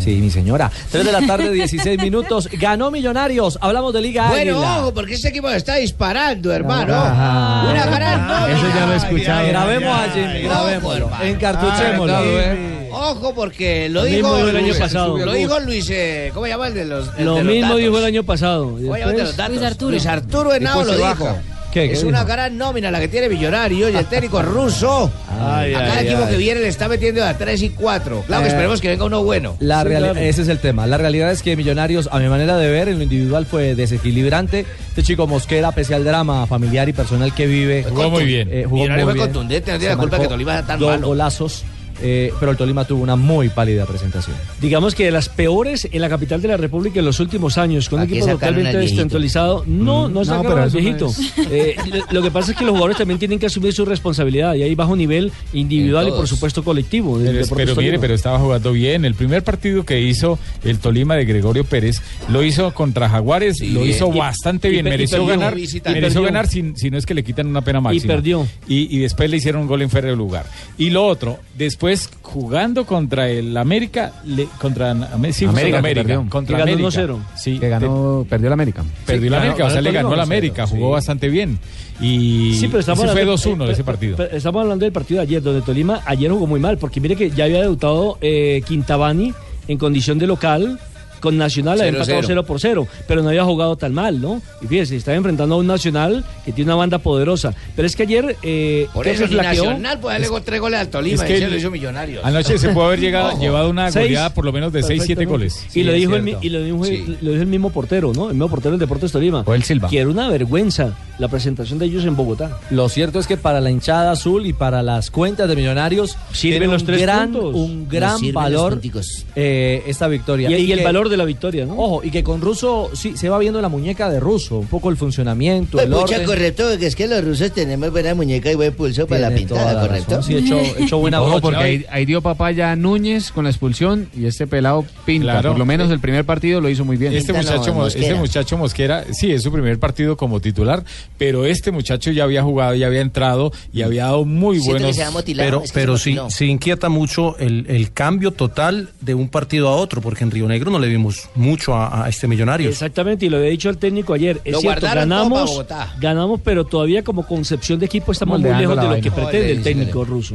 Sí, mi señora. 3 de la tarde, 16 minutos. Ganó Millonarios. Hablamos de Liga Bueno, Águila. ojo, porque este equipo está disparando, hermano. Ajá. Una gran nómina. Eso ya lo he escuchado. Grabemos a Jimmy, Ay, grabémoslo. ojo, hermano. Encartuchémoslo. Ay, Ojo, porque lo Lo dijo mismo dijo el año Luis, pasado. Lo dijo Luis, eh, ¿cómo se llama el de los el Lo de los mismo datos? dijo el año pasado. Y ¿Cómo se llama el de los después- datos? Luis Arturo Henao lo Después se dijo. baja. ¿Qué, qué es dijo? una gran nómina la que tiene Millonarios y el técnico ruso. Ah, Ay, a cada ay, equipo ay. que viene le está metiendo a 3 y 4. Claro que Eh, esperemos que venga uno bueno. La reali- Ese es el tema. La realidad es que Millonarios, a mi manera de ver, en lo individual fue desequilibrante. Este chico Mosquera, pese al drama familiar y personal que vive, Jugó muy bien. eh, jugó Millonarios muy fue bien. contundente, no tiene Se la culpa marcó que Tolima sea tan dos malo. golazos. eh, pero el Tolima tuvo una muy pálida presentación. Digamos que de las peores en la capital de la República en los últimos años, con un Aquí equipo sacaron totalmente al viejito. descentralizado. No, no sacaron pero al eso no viejito. es. Eh, lo- lo que pasa es que los jugadores también tienen que asumir su responsabilidad y hay bajo nivel individual y por supuesto colectivo. del Pero, es- deporte pero mire, tolima. pero estaba jugando bien. El primer partido que hizo el Tolima de Gregorio Pérez lo hizo contra Jaguares, lo bien. hizo Y- bastante y bien. pe- y mereció perdió. ganar, Visitante. mereció Y perdió. ganar si, si no es que le quitan una pena máxima. perdió. Y, y después le hicieron un gol en férreo lugar. Y lo otro, después jugando contra el América, le- contra sí, contra América, que América, perdió. contra Que ganó América. 1-0. Sí, que ganó, perdió la América. Perdió la América, o sea, le ganó la América, jugó bastante bien. Y Sí, pero estamos ese fue hablando- 2-1 de eh, ese pero- partido. pero estamos hablando del partido de ayer, donde Tolima ayer jugó muy mal, porque mire que ya había debutado eh, Quintabani en condición de local. Con Nacional había Cero, empatado cero. 0 por 0, pero no había jugado tan mal, ¿no? Y fíjese, estaba enfrentando a un Nacional que tiene una banda poderosa. Pero es que ayer. Eh, Por ¿qué eso es flaqueó? Nacional, pues luego tres goles al Tolima, Es que y se lo el- hizo millonario. Anoche se pudo haber llegado, Ojo. llevado una Seis. goleada por lo menos de 6-7 goles. Y, lo dijo el, mi- y lo, dijo, lo dijo el mismo portero, ¿no? El mismo portero del Deportes Tolima. O el Silva. Que era una vergüenza la presentación de ellos en Bogotá. Lo cierto es que para la hinchada azul y para las cuentas de millonarios Sirven tiene los un tres gran, puntos. un Nos gran sirven los valor punticos. eh, esta victoria. Y- y el valor de la victoria, ¿no? Ojo, y que con Russo sí se va viendo la muñeca de Russo, un poco el funcionamiento, Pues el mucha orden. correcto, porque es que los rusos tenemos buena muñeca y buen pulso para la Tiene toda pintada, la ¿correcto? razón, sí, hecho- hecho buena Ojo, brocha, porque ¿no? ahí, ahí dio papaya a Núñez con la expulsión y este pelado pinta. Claro. Por lo menos el primer partido lo hizo muy bien. Este muchacho, Mo- este muchacho Mosquera, sí, es su primer partido como titular, pero este muchacho ya había jugado, ya había entrado y había dado muy Siento que buenos. se ha motilado, pero es que se pero motiló. sí, No. Se inquieta mucho el, el cambio total de un partido a otro, porque en Río Negro no le vimos mucho a, a este millonario. Exactamente, y lo había dicho el técnico ayer. Es Lo cierto, guardaron todo para ganamos, Bogotá. ganamos, pero todavía como concepción de equipo estamos muy Moldeando lejos de la lo que vaina. pretende Ole, el dice, técnico ruso.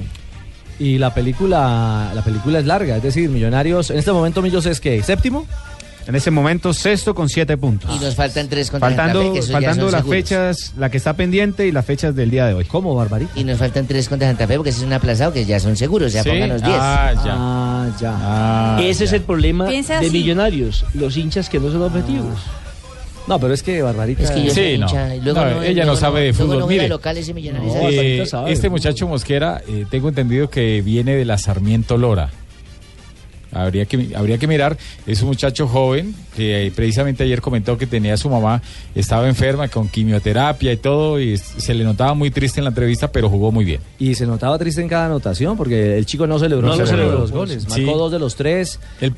Y la película, la película es larga, es decir, Millonarios, en este momento Millos es que séptimo. En ese momento sexto con siete puntos. Y nos faltan tres contra Faltando, Santa Fe, que esos ya faltando son las seguros. fechas, la que está pendiente y las fechas del día de hoy. ¿Cómo, Barbarita? Y nos faltan tres contra Santa Fe, porque ese es un aplazado que ya son seguros, ya ¿Sí? pónganos diez. Ah, ya. Ah, ya. Ah, Ese es el problema Piensa de así. millonarios, los hinchas que no son objetivos. No, pero es que Barbarita. Es que yo soy Sí, no. hincha, y luego No, ella no luego sabe de luego fútbol, no voy a mire. locales y millonarios. Eh, este muchacho Mosquera, eh, tengo entendido que viene de la Sarmiento Lora. Habría que, mi- habría que mirar, es un muchacho joven que eh, precisamente ayer comentó que tenía a su mamá, estaba enferma con quimioterapia y todo, y es- se le notaba muy triste en la entrevista, pero jugó muy bien. Y se notaba triste en cada anotación porque el chico no celebró, No ninguno celebró. de los goles. Sí. Marcó dos de los tres. eh,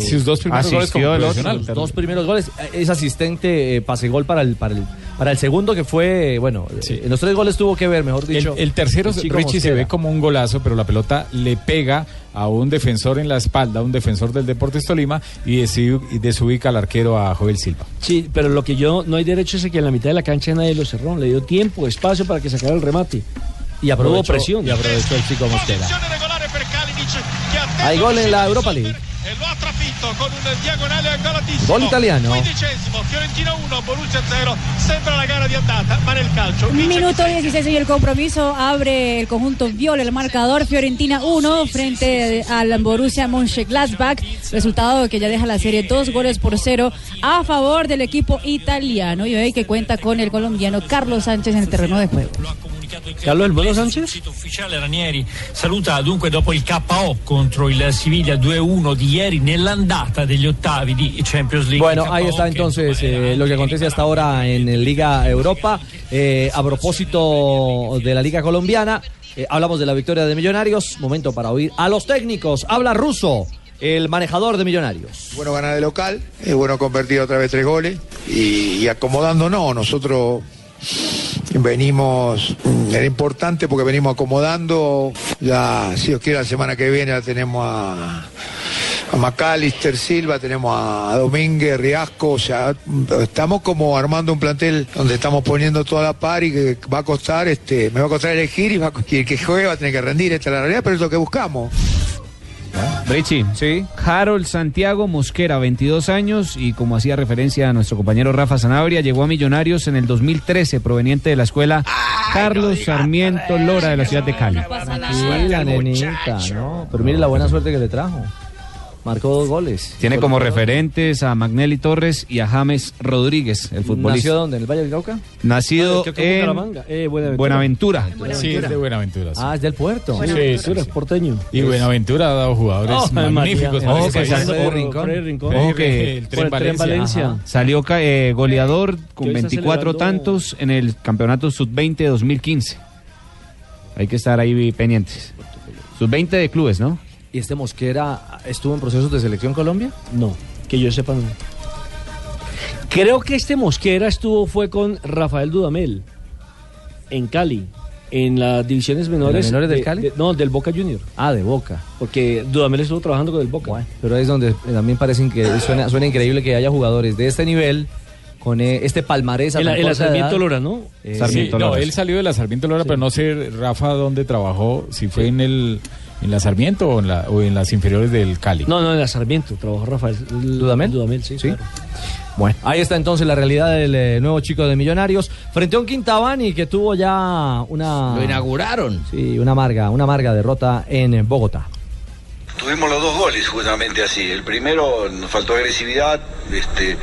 sus dos primeros goles como asistió el otro, profesional. Los dos primeros goles. eh, Es asistente, eh, pase gol para el, para, el, para el segundo que fue, eh, bueno, eh, en los tres goles tuvo que ver, mejor dicho. El, el tercero, el chico Richie, se Mosquera. ve como un golazo, pero la pelota le pega a un defensor en la espalda, un defensor del Deportes Tolima, y desu- y desubica al arquero a Joel Silva. Sí, pero lo que yo no hay derecho es a que en la mitad de la cancha nadie lo cerró. Le dio tiempo, espacio para que sacara el remate. Y No aprovechó- hubo presión. y aprovechó el chico Mosquera. Hay gol en la Europa League. Gol italiano. Fiorentina 1, Borussia 0, sembra la gara di andata, ma nel calcio vince Minuto 16 y el compromiso abre el conjunto viola el marcador Fiorentina 1 frente al Borussia Mönchengladbach, resultado que ya deja la serie dos goles por cero a favor del equipo italiano y hoy que cuenta con el colombiano Carlos Sánchez en el terreno de juego. Carlo El Bono Sanchez? E Il sito ufficiale Ranieri saluta dunque dopo il KO contro il Siviglia 2-1 di ieri nell'andata degli ottavi di Champions League. Bueno, ahí está entonces eh, lo que acontece hasta ahora en el Liga Europa. Eh, a propósito de la Liga Colombiana, eh, hablamos de la victoria de Millonarios. Momento para oír a los técnicos. Habla Russo, el manejador de Millonarios. Bueno ganar de local, es bueno convertir otra vez tres goles y, y acomodándonos. Nosotros venimos, mm, era importante porque venimos acomodando. Ya, si Dios quiere, la semana que viene ya tenemos a, a Macalister Silva, tenemos a Domínguez, Riasco, o sea, estamos como armando un plantel donde estamos poniendo toda la par y que va a costar, este, me va a costar elegir y, va a co- y el que juegue va a tener que rendir, esta es la realidad, pero es lo que buscamos. Richie, sí. Harold Santiago Mosquera, 22 años, y como hacía referencia a nuestro compañero Rafa Sanabria, llegó a Millonarios en el 2013, proveniente de la escuela Carlos Sarmiento Lora de la ciudad de Cali. Sí, la nenita, ¿no? Pero mire la buena suerte que le trajo. Marcó dos goles. Tiene como referentes a Magnelli Torres y a James Rodríguez, el futbolista. ¿Nació dónde? ¿En el Valle del Cauca? Nacido Creo que en en Bucaramanga. Eh, Buenaventura. Sí, es de Buenaventura. Ah, es del puerto. Sí, Buenaventura, es porteño. Y Buenaventura ha dado jugadores Oh, María. magníficos. Eh, Ojo para que ese país. salió- Ojo que- el Tren Valencia. Ajá. Salió ca- eh, goleador con hoy está 24 celebrando- tantos en el campeonato sub-20 de 2015. Hay que estar ahí pendientes. Sub-20 de clubes, ¿no? ¿Y este Mosquera estuvo en procesos de selección Colombia? No, que yo sepa no. Creo que este Mosquera estuvo fue con Rafael Dudamel en Cali, en las divisiones menores. menores del de- Cali? de- no, del Boca Junior. Ah, de Boca. Porque Dudamel estuvo trabajando con el Boca. Pero ahí es donde eh, también parece que suena, suena increíble que haya jugadores de este nivel, con eh, este palmarés. a El- tan el corta Sarmiento edad. Lora, ¿no? Eh, Sarmiento sí, no, él salió de la Sarmiento Lora, pero no sé, Rafa, dónde trabajó, si fue en el en la Sarmiento o en, la- o en las inferiores del Cali. No, no, en la Sarmiento trabajó Rafael Dudamel. Dudamel, sí. claro. Bueno, ahí está entonces la realidad del eh, nuevo chico de Millonarios frente a un Quintabani que tuvo ya una Lo inauguraron. Sí, una amarga, una amarga derrota en eh, Bogotá. Tuvimos los dos goles justamente así. El primero nos faltó agresividad, este,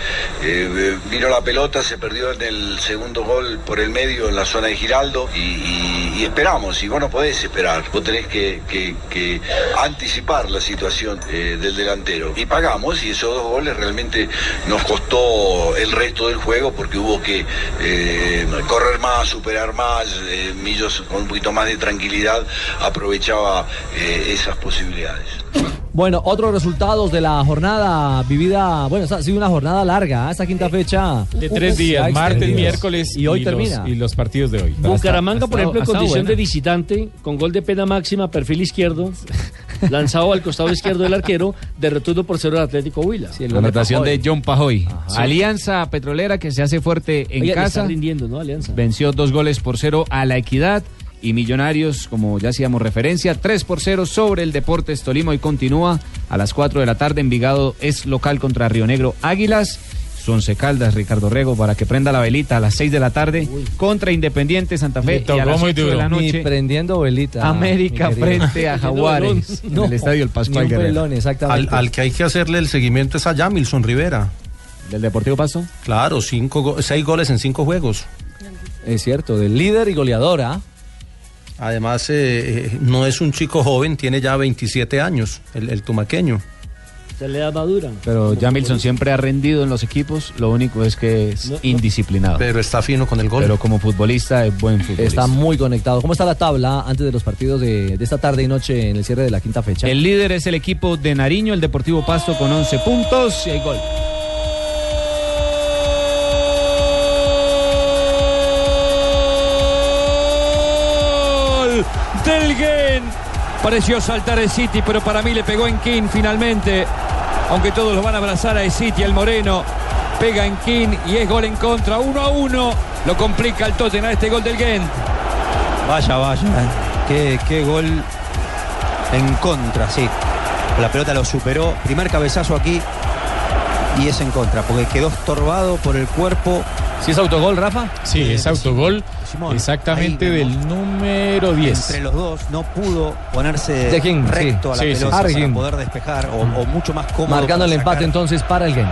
eh, vino la pelota, se perdió en el segundo gol por el medio en la zona de Giraldo y, y- y esperamos. Y vos no podés esperar, vos tenés que, que- que anticipar la situación eh, del delantero. Y pagamos y esos dos goles realmente nos costó el resto del juego porque hubo que eh, correr más, superar más. eh, Millos con un poquito más de tranquilidad aprovechaba eh, esas posibilidades. Bueno, otros resultados de la jornada vivida, bueno, esta ha sido una jornada larga, ¿eh? esta quinta fecha. De tres días, Se ha martes, extendido. miércoles Y hoy los- termina. y los partidos de hoy. Bucaramanga, por ejemplo, en Hasta- hasta condición buena. de visitante, con gol de pena máxima, perfil izquierdo, lanzado al costado izquierdo del arquero, derrotudo por cero al Atlético Huila. Anotación de John Pajoy. Alianza Petrolera que se hace fuerte en Oiga, le casa. Está rindiendo, ¿no? Alianza. Venció dos goles por cero a la Equidad. Y Millonarios, como ya hacíamos referencia, tres por cero sobre el Deportes Tolima. y continúa a las 4 de la tarde. Envigado es local contra Río Negro Águilas. Sonce Caldas, Ricardo Rego, para que prenda la velita a las 6 de la tarde contra Independiente Santa Fe. y a las 8 de la Ni noche. prendiendo velita. América mi querido. frente a Jaguares en el estadio El Pascual ni un Guerrero. pelón, Al, exactamente. al que hay que hacerle el seguimiento es a Yamilson Rivera. ¿Del Deportivo Paso? Claro, cinco go- seis goles en cinco juegos. Es cierto, del líder y goleadora. Además, eh, eh, no es un chico joven, tiene ya 27 años, el, el tumaqueño. Se le da madura. Pero Jamilson siempre ha rendido en los equipos, lo único es que es indisciplinado. Pero está fino con el gol. Pero como futbolista es buen futbolista. Está muy conectado. ¿Cómo está la tabla antes de los partidos de, de esta tarde y noche en el cierre de la quinta fecha? El líder es el equipo de Nariño, el Deportivo Pasto con 11 puntos y hay gol. gol del Gen. Pareció saltar el City, pero para mí le pegó en King finalmente. Aunque todos lo van a abrazar a City, el moreno. Pega en King y es gol en contra. 1 a 1. Lo complica el Tottenham este gol del Gent. Vaya, vaya. eh. Qué, qué gol en contra, sí. La pelota lo superó. Primer cabezazo aquí. Y es en contra, porque quedó estorbado por el cuerpo. Eh, ¿Si es autogol, Rafa? Sí, es autogol. Exactamente del número 10. Entre los dos no pudo ponerse De King, sí. recto a la Sí, sí, pelota sí. para Argin. poder despejar o, o mucho más cómodo. Marcando el para empate sacar entonces para el Gen.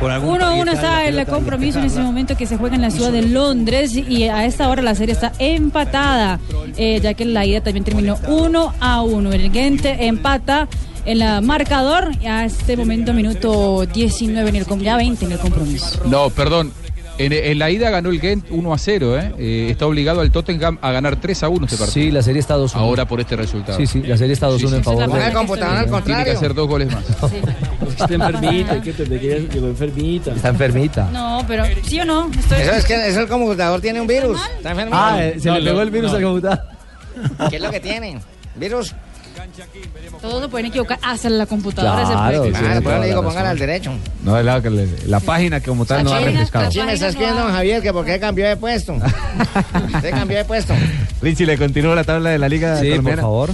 con algún Uno a pie uno atrás de está la el pelota y compromiso en ese despejarla. momento que se juega en la ciudad de Londres y a esta hora la serie está empatada, eh, ya que la ida también terminó uno a uno. El Gent empata en el eh, marcador a este momento minuto 19 en el com- ya 20 en el compromiso. No, perdón. En, en la ida ganó el Gent 1 a 0. ¿eh? Eh, está obligado al Tottenham a ganar 3 a 1 este partido. Sí, la serie está 2 Ahora por este resultado. Sí, sí, la serie está 2-1 Sí, sí. en favor de- Tiene que hacer dos goles más. Está enfermita, hay que entender que ella llegó enfermita. Está enfermita. No, pero sí o no. Estoy- Eso es que eso el computador tiene un virus. Está enfermo. Ah, eh, se le pegó el virus al computador. ¿Qué es lo que tienen? Virus. Todos se pueden equivocar hasta la computadora. se Claro, puede sí, equivocar. sí, Ahora le digo, Toda la pongan razón. al derecho. No, es la, que le- la página como tal no ha China, refrescado. China, me está escribiendo don Javier que por qué cambió de puesto. Usted cambió de puesto. Richie, le continúa la tabla de la Liga Sí, por Colombiana. favor.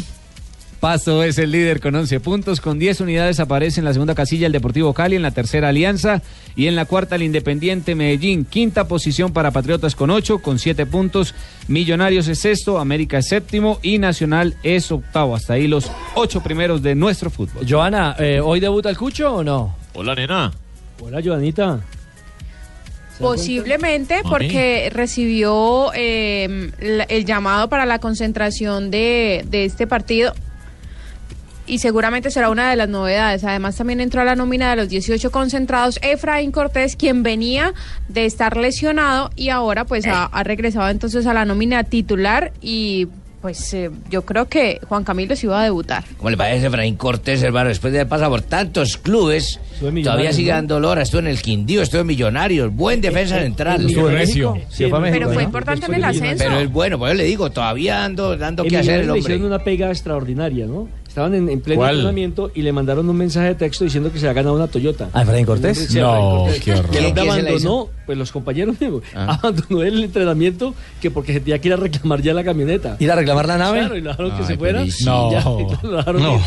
Pasto es el líder con 11 puntos. Con 10 unidades aparece en la segunda casilla el Deportivo Cali, en la tercera Alianza y en la cuarta el Independiente Medellín. Quinta posición para Patriotas con 8, con 7 puntos. Millonarios es sexto, América es séptimo y Nacional es octavo. Hasta ahí los 8 primeros de nuestro fútbol. Joana, eh, ¿hoy debuta el Cucho o no? Hola, nena. Hola, Joanita. Posiblemente Mami. porque recibió eh, la- el llamado para la concentración de, de este partido y seguramente será una de las novedades. Además también entró a la nómina de los 18 concentrados Efraín Cortés, quien venía de estar lesionado y ahora pues ha, ha regresado entonces a la nómina titular y pues eh, yo creo que Juan Camilo se iba a debutar. ¿Cómo le parece Efraín Cortés, hermano? Después de haber pasado por tantos clubes, todavía Millonarios, sigue ¿no? dando lora. Estuvo en el Quindío, estuvo en Millonarios. Buen defensa en- central. en Estuvo en México. Sí, Sí, fue a México, Pero fue ¿no? importante en el ascenso. Pero es bueno, pues yo le digo, todavía ando dando que hacer el Millonarios le hombre. hicieron una pega extraordinaria, ¿no? Estaban en, en pleno ¿Cuál? entrenamiento y le mandaron un mensaje de texto diciendo que se ha ganado una Toyota. ¿A Ah, Efraín Cortés? Sí, a No, Efraín Cortés. qué horror. Que el hombre ¿Quién se la abandonó, pues los compañeros, digo, abandonó el entrenamiento que porque se tenía que ir a reclamar ya la camioneta. ¿Ir a reclamar la nave? Claro, y lo dejaron que Ay, se fuera. pobrecito. y ya, No. y lo dejaron ir.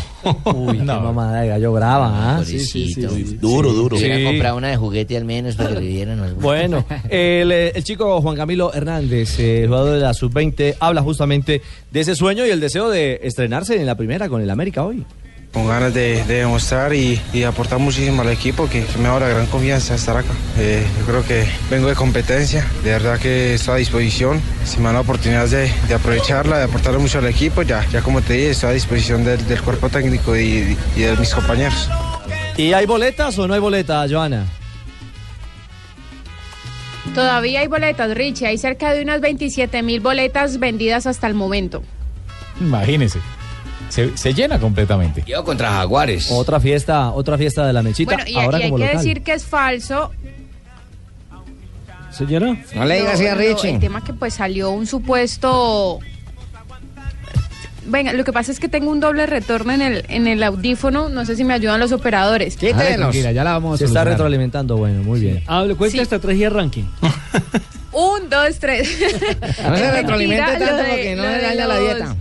Uy, qué mamada de gallo brava, ¿ah? Sí, sí, sí, sí. Duro, duro. Sí. Se a comprar una de juguete al menos para que le dieran algo. Bueno, el, eh, el chico Juan Camilo Hernández, eh, jugador de la sub-20, habla justamente de ese sueño y el deseo de estrenarse en la primera con el América hoy. Con ganas de, de demostrar y, y aportar muchísimo al equipo, que me da la gran confianza estar acá. Eh, yo creo que vengo de competencia, de verdad que estoy a disposición. Si me dan la oportunidad de, de aprovecharla, de aportar mucho al equipo, ya, ya como te dije, estoy a disposición del, del cuerpo técnico y- y de mis compañeros. ¿Y hay boletas o no hay boletas, Joana? Todavía hay boletas, Richie. Hay cerca de unas 27 mil boletas vendidas hasta el momento. Imagínese. Se, se llena completamente. Yo contra Jaguares. Otra fiesta, otra fiesta de la mechita. bueno, y, ahora y hay como que local. decir que es falso. Señora, no le digas Lo- así a lo- Richie. El tema que pues salió un supuesto... Venga, lo que pasa es que tengo un doble retorno en el, en el audífono. No sé si me ayudan los operadores. Ay, tranquila, ya la vamos a Se está solucionar. retroalimentando, bueno, muy bien. Hable, cuenta estrategia de ranking. Un, dos, tres. No se retroalimente Mentira, tanto lo de- porque no lo le de daña la los- dieta.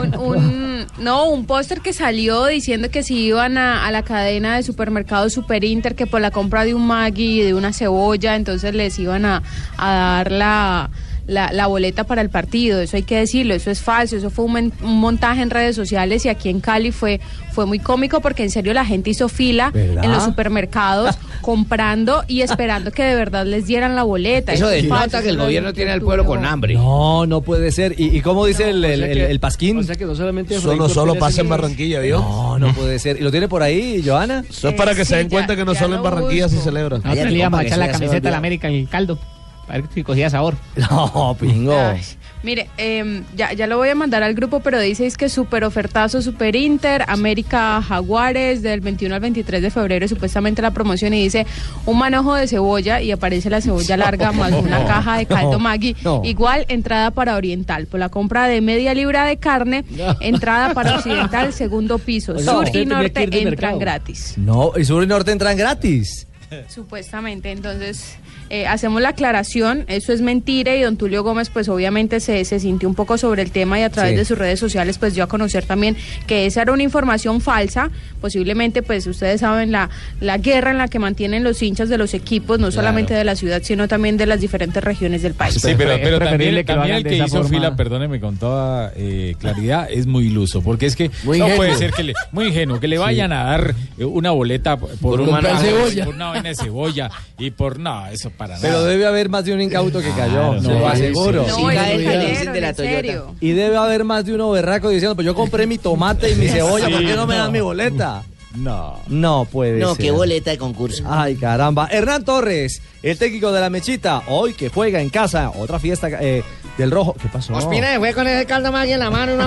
Un, un- no, un póster que salió diciendo que si iban a, a la cadena de supermercados Super Inter, que por la compra de un Maggi y de una cebolla, entonces les iban a, a dar la, la, la boleta para el partido. Eso hay que decirlo, eso es falso, eso fue un, men- un montaje en redes sociales y aquí en Cali fue, fue muy cómico porque en serio la gente hizo fila ¿Verdad? en los supermercados comprando y esperando que de verdad les dieran la boleta. Eso es denota falso, que el eso no es gobierno tiene al pueblo con hambre. No, no puede ser. ¿Y, y cómo dice el, el- el- el Pasquín? que no solamente Solo- Efraín solo Cortés pasa en es- Barranquilla, ¿vio? No, no puede ser. ¿Y lo tiene por ahí, Joana? Eso es Eh, para que sí, se den ya- cuenta que no ya solo en lo Barranquilla se busco. celebra. Nosotros le íbamos a echar la camiseta a la América en el caldo. A ver si cogía sabor. No, pingo. Mire, em, ya, ya lo voy a mandar al grupo, pero diceis que super ofertazo, super Inter, América Jaguares, del 21 al 23 de febrero, supuestamente la promoción, y dice un manojo de cebolla, y aparece la cebolla larga más una no, caja de caldo no, Maggi. no. Igual, entrada para Oriental, por la compra de media libra de carne, entrada para Occidental, segundo piso. No. Sur Usted y tenía que norte ir de entran mercado. gratis. No, y Sur y Norte entran gratis. Supuestamente, entonces eh, hacemos la aclaración, eso es mentira y don Tulio Gómez pues obviamente se, se sintió un poco sobre el tema y a través Sí. de sus redes sociales pues dio a conocer también que esa era una información falsa, posiblemente pues ustedes saben la, la guerra en la que mantienen los hinchas de los equipos, no solamente de la ciudad sino también de las diferentes regiones del país. Sí, pero, pero también, preferible que lo también hagan el de que esa hizo forma. fila, perdóneme con toda eh, claridad, es muy iluso, porque es que Muy no ingenuo. puede ser que le, muy ingenuo, que le Sí. vayan a dar eh, una boleta por, Por un un pan de manojo, cebolla. por una vaina de cebolla y por no, eso para Pero nada. debe haber más de un incauto que cayó, Ah, se no, lo aseguro. sí, sí. No, Y el nadie- cayeron, de la en Toyota. serio. Y debe haber más de uno berraco diciendo, pues yo compré mi tomate y mi cebolla, ¿por qué no me dan mi boleta? No. No puede No, ser. qué boleta de concurso. Ay, caramba. Hernán Torres, el técnico de la mechita, hoy que juega en casa, otra fiesta eh, del rojo. ¿Qué pasó? Ospina se fue con ese caldo Maggi en la mano y no ha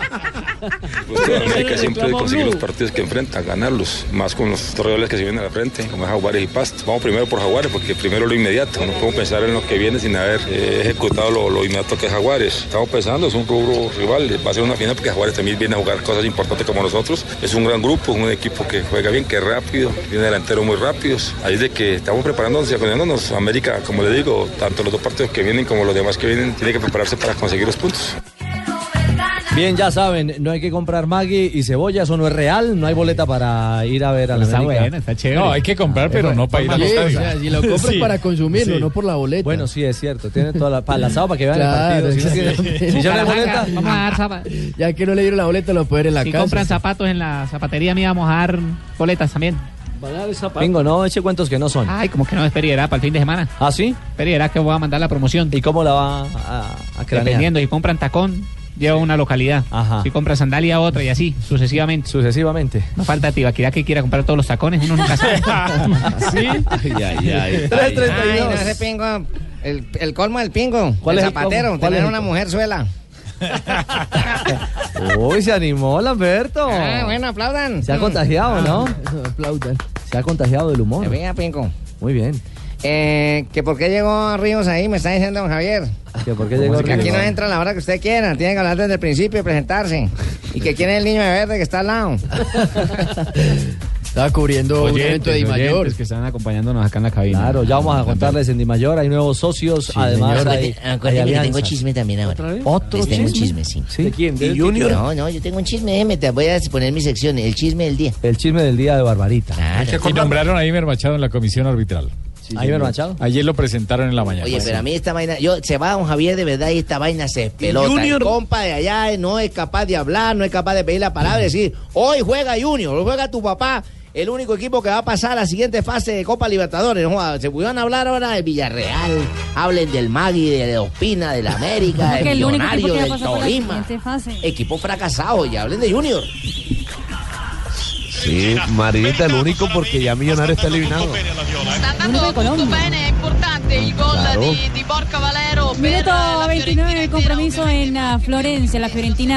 vuelto. Ah, Usted, América Pues, siempre consigue los partidos que enfrenta, ganarlos, más con los dos rivales que se vienen a la frente, como es Jaguares y Pasto. Vamos primero por Jaguares, porque primero lo inmediato, no podemos pensar en lo que viene sin haber eh, ejecutado lo, lo inmediato que es Jaguares. Estamos pensando, es un rubro rival, va a ser una final porque Jaguares también viene a jugar cosas importantes como nosotros. Es un gran grupo, es un equipo que juega bien, que es rápido, tiene delanteros muy rápidos. Ahí es de que estamos preparándonos y aprendiéndonos. América, como le digo, tanto los dos partidos que vienen como los demás que vienen, tiene que prepararse para conseguir los puntos. Bien, ya saben, no hay que comprar Maggi y cebolla, eso no es real, no hay boleta para ir a ver a la Está América. bueno, está chévere. No, hay que Ah, comprar, pero no para ir a la Sí, estadio. o sea, Si lo compras Sí, para consumirlo, sí. no por la boleta. Bueno, sí, es cierto, tiene toda la para el asado, para que vean Claro, el partido. Si, no tiene- exactamente. si ya no hay boleta, Vamos a dar zapa- Ya que no le dieron la boleta, lo pueden en la Si casa. compran zapatos en la zapatería mía, vamos a dar boletas también. Pingo, no eche cuentos que no son. Ay, como que no, es Perierá para el fin de semana. ¿Ah, sí? Perierá que voy a mandar la promoción. ¿Y cómo la va a, cranear? Dependiendo, si compran tacón, lleva una localidad. Si compran sandalia, otra y así, sucesivamente. Sucesivamente. No falta Tibaquirá que quiera comprar todos los tacones, uno nunca sabe. ¿Sí? Ay, ay, ay. Ay, no, ese pingo. El, el colmo del pingo. ¿Cuál el es el zapatero. colmo? ¿Cuál tener es el una colmo? mujer suela. Uy, se animó Lamberto. Ah, bueno, aplaudan. Se ha contagiado, ¿no? Ah, Aplaudan. Se ha contagiado del humor. Se veía, pingo. Muy bien. Eh, que por qué llegó Ríos ahí, me está diciendo don Javier. ¿Que ¿Por qué llegó Que aquí Ríos? no entra a la hora que usted quiera. Tiene que hablar desde el principio y presentarse. Y que quién es el niño de verde que está al lado. Estaba cubriendo un evento de Di Mayor. que están acompañándonos acá en la cabina. Claro, ya vamos a contarles en Di Mayor, hay nuevos socios, además señor. hay, hay Acuérdate que tengo alianzas. chisme también ahora. ¿Otro Les tengo un chisme? chisme, sí. ¿De quién? ¿De Junior? No, no, yo tengo un chisme, déjeme, te voy a poner mi sección, el chisme del día. El chisme del día de Barbarita. Ah, Y nombraron a Imer Machado en la comisión arbitral. ¿A Imer Machado? Ayer lo presentaron en la mañana. Oye, pero a mí esta vaina, yo se va don Javier de verdad y esta vaina se pelota. Junior? El compa de allá eh, no es capaz de hablar, no es capaz de pedir la palabra, y decir, hoy juega Junior, hoy juega tu papá, el único equipo que va a pasar a la siguiente fase de Copa Libertadores. No, joda, se pudieron hablar ahora del Villarreal, hablen del Magui, de Ospina, del América, Porque del el único equipo Millonario, que va a del pasar por la Tolima. siguiente fase. Equipo fracasado, y hablen de Junior. Sí, Marinita el único porque ya Millonario está eliminado. Sta andando tutto bene, è importante il gol Claro. di, di Borca Valero per Minuto la 29 del compromiso en ah, Florencia. La Fiorentina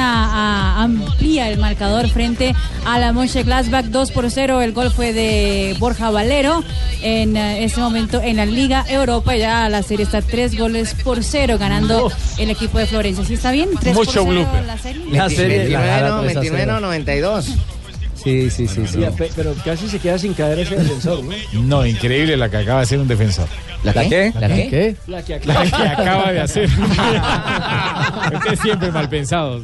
ah, amplía el marcador frente a la Mönchengladbach 2 por 0. El gol fue de Borja Valero en ah, ese momento en la Liga Europa. Ya la serie está 3 goles por 0 ganando el equipo de Florencia. ¿Sí está bien? 3 por Mucho 0 blooper. la serie. La serie, 29, la no, jala, pues, a 29, cero. no, 92. Sí, sí, sí, sí. Pe- Pero casi se queda sin caer ese defensor, ¿no? No, increíble la que acaba de hacer un defensor. ¿La qué? ¿La qué? La que La que acaba de hacer. Ustedes siempre mal pensados.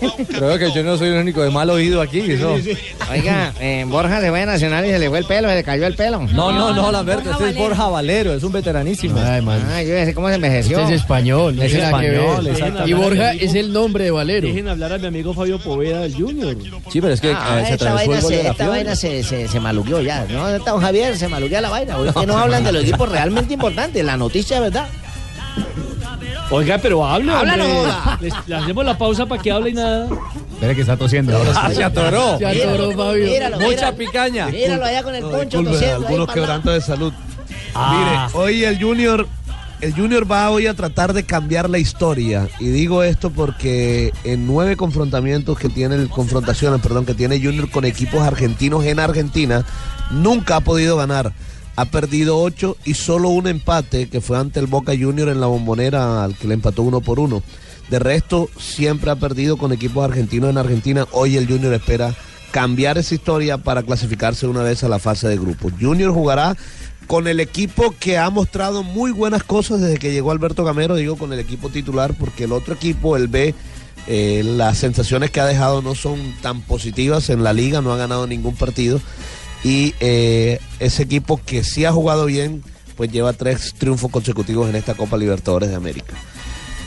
Creo que yo no soy el único de mal oído aquí. eso. Oiga, eh, Borja se fue a Nacional y se le fue el pelo, se le cayó el pelo. No, no, no, Lamberto, este es Borja Valero, es un veteranísimo. Ay, Ah, yo ya sé cómo se envejeció. Este es español. no Es tiene nada que ver. español, exactamente. Y Borja es el nombre de Valero. Dejen hablar a mi amigo Fabio Poveda del Junior. Sí, pero es que Ah, eh, se esta atravesó vaina, el gol se, de la esta Fiore. vaina se, se, se maluqueó ya. No, Esta, don Javier, se maluquea la vaina. porque no hablan de los equipos realmente importantes, la noticia, ¿verdad? Oiga, pero habla. Háblalo, hombre. joda. Les- Le hacemos la pausa para que hable y nada. Espera que está tosiendo. Ah, se atoró. Se atoró, Fabio. Míralo, Mucha míralo. picaña. Míralo allá con el No, poncho disculpe, tosiendo. ahí algunos para quebrantos de salud. Ah. Mire, hoy el Junior, el Junior va hoy a tratar de cambiar la historia. Y digo esto porque en nueve confrontamientos que tiene el- confrontaciones, perdón, que tiene Junior con equipos argentinos en Argentina, nunca ha podido ganar. Ha perdido ocho y solo un empate que fue ante el Boca Junior en la bombonera al que le empató uno por uno. De resto, siempre ha perdido con equipos argentinos en Argentina. Hoy el Junior espera cambiar esa historia para clasificarse una vez a la fase de grupo. Junior jugará con el equipo que ha mostrado muy buenas cosas desde que llegó Alberto Gamero, digo con el equipo titular, porque el otro equipo, el B, eh, las sensaciones que ha dejado no son tan positivas en la liga, no ha ganado ningún partido. Y eh, ese equipo que sí ha jugado bien, pues lleva tres triunfos consecutivos en esta Copa Libertadores de América.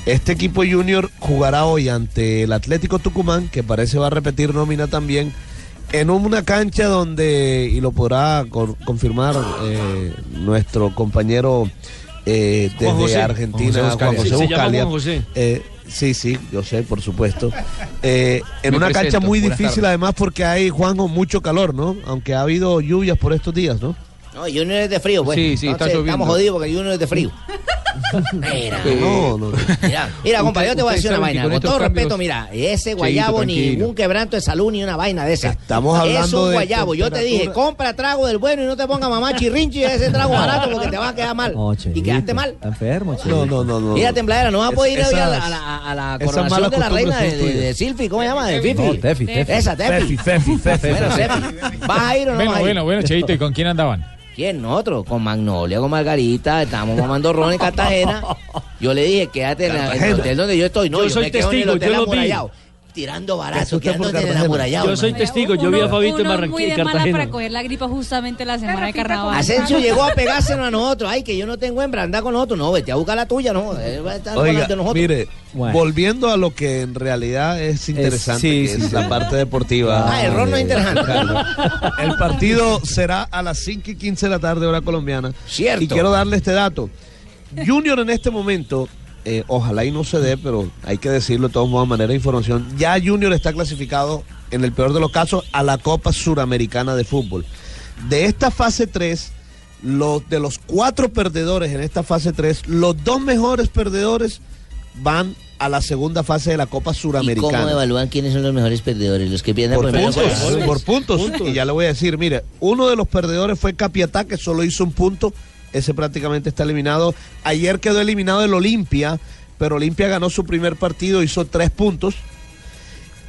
Este equipo junior jugará hoy ante el Atlético Tucumán, que parece va a repetir nómina también, en una cancha donde, y lo podrá cor- confirmar eh, nuestro compañero eh, desde José. Argentina, Juan José Juan José Buscalia. Sí, se llama Buscalia. Juan José. Eh, sí, sí, yo sé, por supuesto. Eh, en Me una presento, cancha muy buenas difícil, tardes. además, porque hay, Juanjo, mucho calor, ¿no? Aunque ha habido lluvias por estos días, ¿no? No, Junior es de frío, pues. Sí, sí, está Entonces, lloviendo. Estamos jodidos porque Junior es de frío. Mira, No, no, no. mira, mira, compa, yo te voy a decir Ustedes una saben vaina. que con Con estos todo cambios- respeto, mira, ese Cheito, guayabo ni tranquilo. ningún quebranto de salud ni una vaina de esa. Estamos Es hablando un de guayabo. Yo te dije, temperatura. compra trago del bueno y no te ponga mamá chirrinchi de ese trago barato porque te va a quedar mal. No, y quedaste mal. Está enfermo, No, no, no, no. Mira, tembladera, no vas a Es- poder ir hoy a la, esas- a la- a la esas coronación malas de la costumbres reina de, son de- tuyas. de Silfi. ¿Cómo se llama? De Fifi. No, Tefi, Tefi. Esa, Tefi. Tefi, Tefi, Tefi, Bueno, Tefi. Tefi. ¿Vas a ir o no Bueno, vas a ir? bueno, bueno, Cheito, ¿y con quién andaban? ¿Quién? Nosotros, con Magnolia, con Margarita, estábamos mamando ron en Cartagena. Yo le dije, quédate en, la- en el Cartagena. hotel donde yo estoy. No, Yo yo, soy me quedo en el testigo, hotel yo lo vi. amurallado, Tirando barazo, asusté por quedándote en el Cartagena. amurallado. Yo soy hermano. testigo, yo vi a Fabito en Barranquilla. Muy de en mala Cartagena. para coger la gripa justamente la semana de carnaval. Asensio llegó a pegárselo a nosotros. Ay, que yo no tengo hembra, anda con nosotros. No, vete a buscar la tuya, no. él va a estar Oiga, volando de nosotros. mire, volviendo a lo que en realidad es interesante, sí, que sí, es sí. la parte deportiva. Ah, el ron no es interesante. Carlos. El partido será a las 5 y 15 de la tarde, hora colombiana. Cierto. Y quiero darle este dato. Junior en este momento, eh, ojalá y no se dé, pero hay que decirlo de todos modos de manera de información, ya Junior está clasificado, en el peor de los casos, a la Copa Suramericana de Fútbol. De esta fase 3, los, de los cuatro perdedores en esta fase 3, los dos mejores perdedores van a la segunda fase de la Copa ¿Y cómo Suramericana evalúan quiénes son los mejores perdedores? Los que pierden por primero. puntos, goles. por puntos. Y ya le voy a decir, mire, uno de los perdedores fue Capiatá, que solo hizo un punto. Ese prácticamente está eliminado. Ayer quedó eliminado el Olimpia, pero Olimpia ganó su primer partido, hizo tres puntos.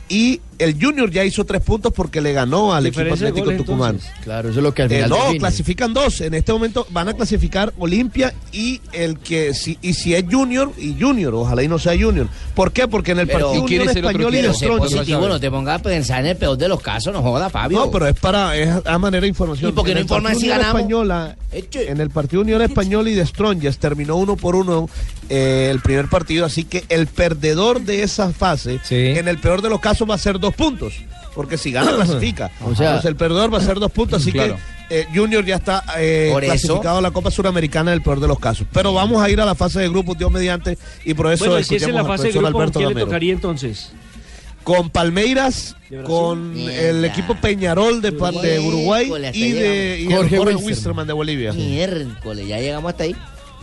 Y el Junior ya hizo tres puntos porque Ah, le ganó al equipo Diferencia de Atlético goles, Tucumán. entonces. Claro, eso es lo que al Eh, final no, define. clasifican dos. En este momento van a clasificar Olimpia y el que si, y si es Junior y Junior, ojalá y no sea Junior. ¿Por qué? Porque en el partido Unión Español y Pero los sé Tronchos- positivo, no te pongas a pensar en el peor de los casos, no joda, Fabio. no, pero es para es a manera de información. ¿Y por qué En no el informan partido si Unión ganamos? Española, en el partido Unión Española y de Strongest terminó uno por uno eh, el primer partido, así que el perdedor de esa fase, en el peor de los casos, va a ser dos puntos. Porque si gana, clasifica. O sea- Entonces, el perdedor va a ser dos puntos, así Claro. que eh, Junior ya está eh, Por eso- clasificado a la Copa Suramericana en el peor de los casos. Pero vamos a ir a la fase de grupos, Dios mediante, y por eso bueno, si es en escuchemos la al fase profesor de grupo, ¿con Alberto ¿quién le Gamero tocaría entonces? con Palmeiras, ¿De Brasil? con Mierda. el equipo Peñarol de, par- de Uruguay Miércoles, y hasta de y llegamos. el Jorge Jorge, Wilstermann. Wilstermann de Bolivia. Miércoles, ya llegamos hasta ahí.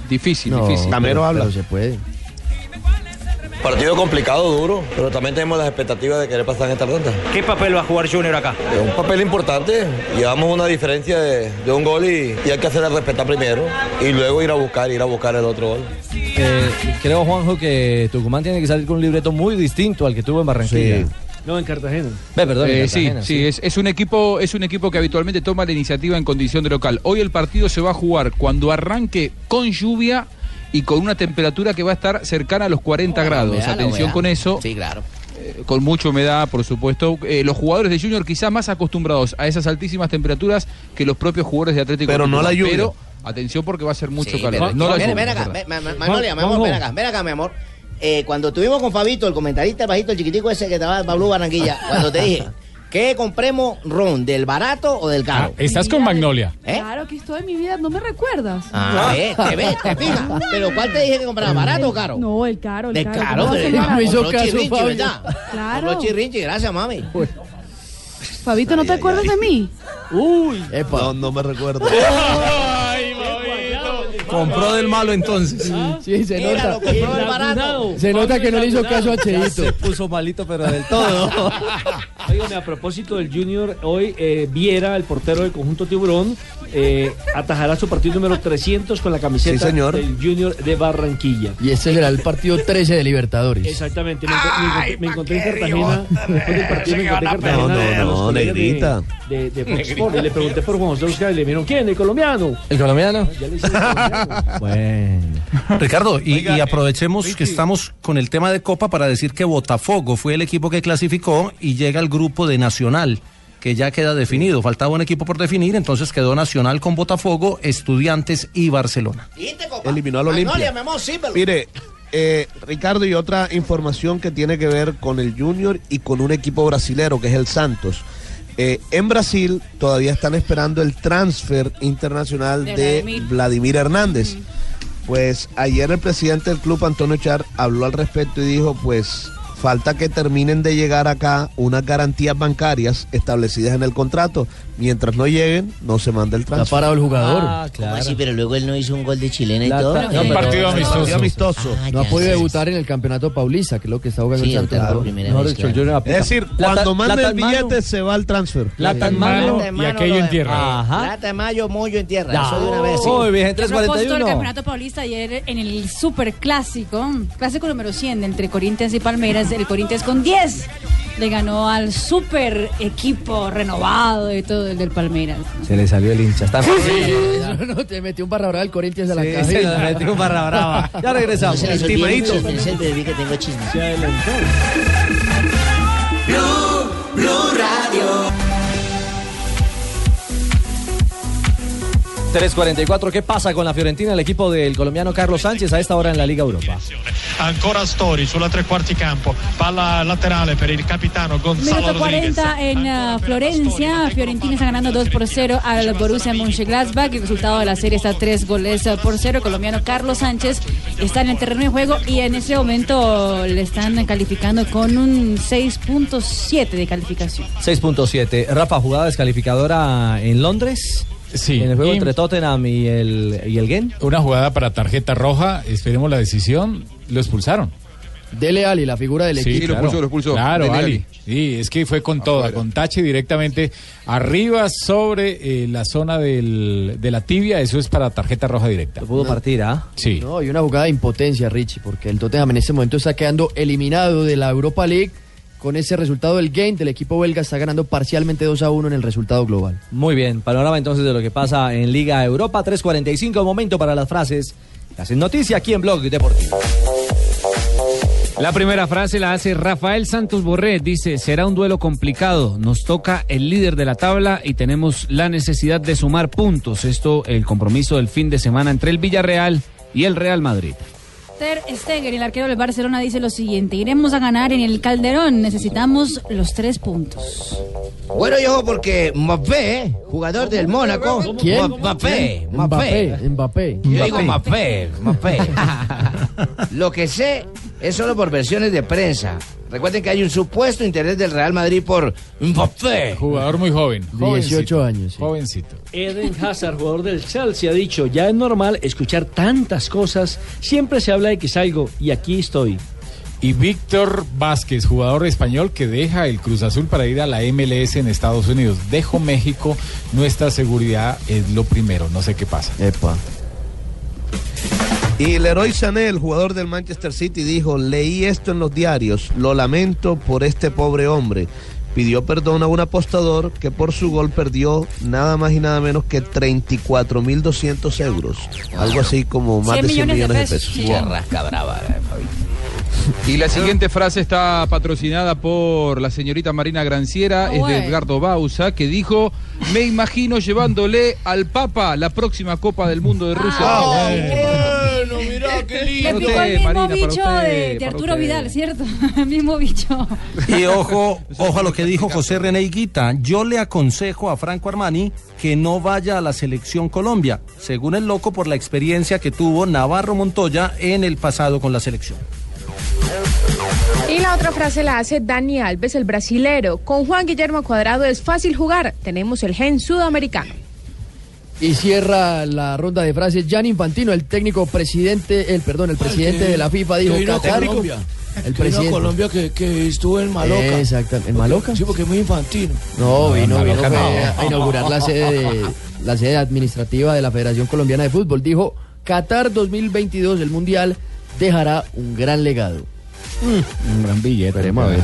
Difícil, No, difícil. pero- habla. pero se puede. Partido complicado, duro, pero también tenemos las expectativas de querer pasar en esta ronda. ¿Qué papel va a jugar Junior acá? Eh, Un papel importante, llevamos una diferencia de, de un gol y, y hay que hacerla respetar primero y luego ir a buscar, ir a buscar el otro gol. Eh, creo, Juanjo, que Tucumán tiene que salir con un libreto muy distinto al que tuvo en Barranquilla. No, en Cartagena. Ve, perdón, en Eh, sí, Cartagena, sí, Es, es un equipo, es un equipo que habitualmente toma la iniciativa en condición de local. Hoy el partido se va a jugar cuando arranque con lluvia y con una temperatura que va a estar cercana a los Oh, 40 grados. humedad, la Atención humedad. con eso. Eh, Sí, claro. Con mucha humedad, por supuesto. Eh, los jugadores de Junior quizá más acostumbrados a esas altísimas temperaturas que los propios jugadores de Atlético. Pero no Tucumán. la lluvia. Pero atención porque va a ser mucho Sí, calor. pero- No la ven, lluvia, ven acá, perdón. ven, ven, Magnolia, mi amor, Juanjo. ven acá, ven acá, mi amor. Eh, cuando estuvimos con Fabito, el comentarista bajito, el chiquitico ese que estaba en Pablo Barranquilla, cuando te dije, ¿qué compremos ron, del barato o del caro? Ah, ¿Eh? Estás con Magnolia. Claro que estoy en mi vida, ¿no me recuerdas? Ah, ve, te ves, te fijas. Pero ¿cuál te dije que compraba, barato o caro? No, el caro, el De caro. caro, ¿Cómo va a de ser verdad. caro? Compró chirrinchi, ¿verdad? Claro. Compró chirrinchi, gracias, mami. Fabito, ¿no te acuerdas de mí? Uy, no, no me recuerdo. Compró del malo entonces. Sí, se Mira, nota. lo que lleva el barato. Se nota que no le hizo caso a Cheito. Se puso malito, pero del todo. Óigame, a propósito del Junior, hoy eh, Viera, el portero del conjunto Tiburón, eh, atajará su partido número 300 con la camiseta Sí, señor. del Junior de Barranquilla. Y ese será el partido 13 de Libertadores. Exactamente, me, enco- me encontré- me encontré en Cartagena. Después del partido me encontré en Cartagena. No, no, a los no, colegas de- negrita. De, de Fox Sports, y le pregunté por Juan José Oscar y le dijeron, ¿quién? ¿El colombiano? ¿El colombiano? Ya le hice el colombiano. Ricardo, y, y aprovechemos que estamos con el tema de Copa para decir que Botafogo fue el equipo que clasificó y llega al grupo de Nacional, que ya queda definido. Faltaba un equipo por definir, entonces quedó Nacional con Botafogo, Estudiantes y Barcelona. Eliminó al Olimpia. Magnolia, mi amor, símbelo. Mire, eh, Ricardo, y otra información que tiene que ver con el Junior y con un equipo brasilero, que es el Santos. Eh, en Brasil todavía están esperando el transfer internacional De de, Vladimir. Vladimir. Hernández. Pues ayer el presidente del club, Antonio Char, habló al respecto y dijo, pues falta que terminen de llegar acá unas garantías bancarias establecidas en el contrato. Mientras no lleguen, no se manda el transfer. Ah, claro. ¿Cómo así? Pero luego él no hizo un gol de chilena y todo. No, Ah, pero- Partido amistoso. no ha ya podido sé. debutar en el campeonato paulista, que es lo que está jugando Sí, el Santos. claro, Claro. primera Mejor vez, dicho, el claro. Junior aprieta. Es decir, La cuando ta- manda la el tan mano- billete se va al transfer. La tan Sí. mano Plata en mano, lo de- Plata en mayo, mollo en tierra. Ah, Eso de una vez. sí. Muy bien, A propósito del 341. campeonato paulista ayer en el superclásico, clásico número 100 entre Corinthians y Palmeiras, el Corinthians con 10 le ganó al super equipo renovado y todo el del Palmeiras. Se le salió el hincha. Está No, no, te metió un barra brava el Corinthians a la Sí, cabeza. se la metió un barra brava. Ya regresamos. No se las El olvide, timadito. no se las olvide. que tengo chisme. Blue, Blue Radio. 3.44, ¿qué pasa con la Fiorentina, el equipo del colombiano Carlos Sánchez a esta hora en la Liga Europa? ancora Stori sulla tre quarti campo palla laterale per il capitano Gonzalo Minuto Rodriguez 40 en ah, Florencia. Fiorentina está ganando 2 por 0 al Borussia Mönchengladbach. El resultado de la serie está 3 goles ah, por 0. El colombiano Carlos Sánchez está en el terreno de juego y en este momento le están calificando con un 6.7 de calificación. 6.7. Rafa, jugada descalificadora en Londres. Sí. En el juego Y- entre Tottenham y el, y el Gen. Una jugada para tarjeta roja, esperemos la decisión, lo expulsaron. Dele Ali, la figura del Sí, equipo. claro. Claro, Ali. Sí, es que fue con toda, con tache directamente arriba sobre eh, la zona del- de la tibia, eso es para tarjeta roja directa. pudo partir, ¿ah? Sí. No, y una jugada de impotencia, Richie, porque el Tottenham en este momento está quedando eliminado de la Europa League. Con ese resultado, el game del equipo belga está ganando parcialmente 2 a 1 en el resultado global. Muy bien, panorama entonces de lo que pasa en Liga Europa. 3.45, momento para las frases. que Hacen noticia aquí en Blog Deportivo. La primera frase la hace Rafael Santos Borré. Dice, será un duelo complicado. Nos toca el líder de la tabla y tenemos la necesidad de sumar puntos. Esto, el compromiso del fin de semana entre el Villarreal y el Real Madrid. Ter Stegen, el arquero del Barcelona, dice lo siguiente: Iremos a ganar en el Calderón. Necesitamos los tres puntos. Bueno, y ojo, porque Mbappé, jugador del Mónaco. ¿Quién? Mbappé, ¿Quién? Mbappé. Mbappé. Yo digo Mbappé, Mbappé. Lo que sé es solo por versiones de prensa. Recuerden que hay un supuesto interés del Real Madrid por Mbappé. Jugador muy joven. 18 años. Jovencito. Eden Hazard, jugador del Chelsea, ha dicho, ya es normal escuchar tantas cosas, siempre se habla de que salgo y aquí estoy. Y Víctor Vázquez, jugador español que deja el Cruz Azul para ir a la MLS en Estados Unidos. Dejo México, nuestra seguridad es lo primero, no sé qué pasa. Y Leroy Sané, el jugador del Manchester City, dijo, leí esto en los diarios, lo lamento por este pobre hombre. Pidió perdón a un apostador que por su gol perdió nada más y nada menos que 34.200 euros. Algo así como más de 100 millones, de pesos. Churrasca brava, eh, Fabi. Y la siguiente frase está patrocinada por la señorita Marina Granciera, es de bueno. Edgardo Bausa, que dijo, me imagino llevándole al Papa la próxima Copa del Mundo de Rusia. bueno, mirá qué Le Para picó el usted, mismo Marina, para bicho usted, de, de para Arturo usted. Vidal, ¿cierto? El mismo bicho. Y ojo, ojo a lo que dijo José René Higuita. Yo le aconsejo a Franco Armani que no vaya a la selección Colombia, según el loco por la experiencia que tuvo Navarro Montoya en el pasado con la selección. Y la otra frase la hace Dani Alves, el brasilero. Con Juan Guillermo Cuadrado es fácil jugar. Tenemos el gen sudamericano. Y cierra la ronda de frases. Gianni Infantino, el técnico presidente, el perdón, el presidente Este de la FIFA dijo que vino a Qatar- Colombia. El que vino a presidente. Colombia que, que estuvo en Maloca. Exactamente. ¿En Maloca? Sí, porque es muy infantino. Ah, No, vino, en vino Maloca fue no. a inaugurar la sede de- la sede administrativa de la Federación Colombiana de Fútbol. Dijo Qatar 2022, el mundial dejará un gran legado. Mm, Un gran billete. a ver. eh,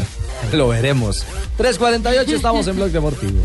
Lo veremos. 3.48, estamos en Blog Deportivo.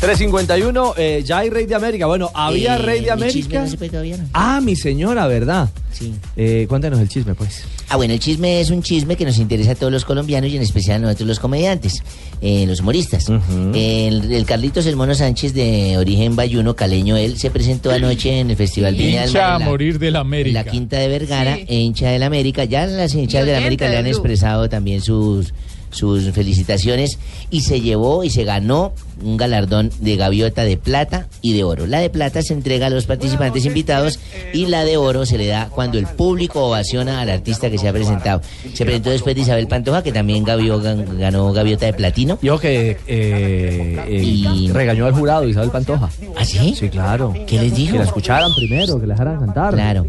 3.51, eh, ya hay Rey de América. Bueno, había Eh, Rey de mi chisme América. no se puede todavía, ¿no? Ah, mi señora, ¿verdad? Sí. Eh, cuéntanos el chisme, pues. Ah, bueno, el chisme es un chisme que nos interesa a todos los colombianos y en especial a nosotros los comediantes, eh, los humoristas. el, el Carlitos El Mono Sánchez, de origen bayuno, caleño, él se presentó anoche en el Festival Viña del Mar. Hincha a en la- morir del América. La quinta de Vergara, e hincha del América. Ya las hinchas del América le han expresado también sus, sus felicitaciones y se llevó y se ganó un galardón de gaviota de plata y de oro. La de plata se entrega a los participantes invitados y la de oro se le da cuando el público ovaciona al artista que se ha presentado. Se presentó después de Isabel Pantoja, que también gavió- gan- ganó gaviota de platino. Yo que eh, regañó al jurado Isabel Pantoja. ¿Ah, sí? Sí, claro. ¿Qué les dijo? Que la escucharan primero, que la dejaran cantar. Claro.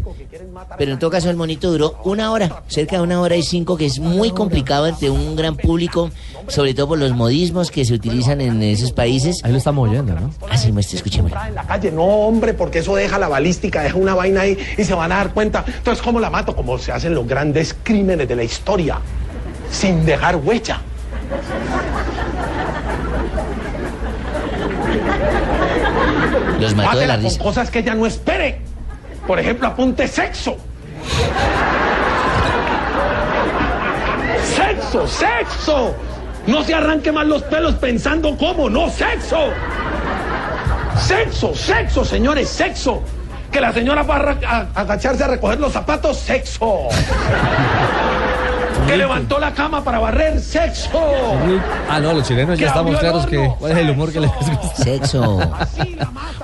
pero en todo caso el monito duró una hora, cerca de una hora y cinco, que es muy complicado ante un gran público, sobre todo por los modismos que se utilizan en esos países. Ah, Ahí lo estamos oyendo, ¿no? Así me está escuchando. Ah, en la calle. No, hombre, porque eso deja la balística, deja una vaina ahí y se van a dar cuenta. Entonces, ¿cómo la mato? Como se hacen los grandes crímenes de la historia, sin dejar huella. Los mató de Mátela la con risa. cosas que ella no espere. Por ejemplo, apunte sexo. ¡Sexo! ¡Sexo! No se arranque más los pelos pensando cómo, no, sexo. Sexo, sexo, señores, sexo. Que la señora va a arran- a, a agacharse a recoger los zapatos, sexo. Que levantó la cama para barrer, sexo. Ah, no, los chilenos Que ya estamos abrió el claros que horno. cuál es el humor que les gusta. Sexo.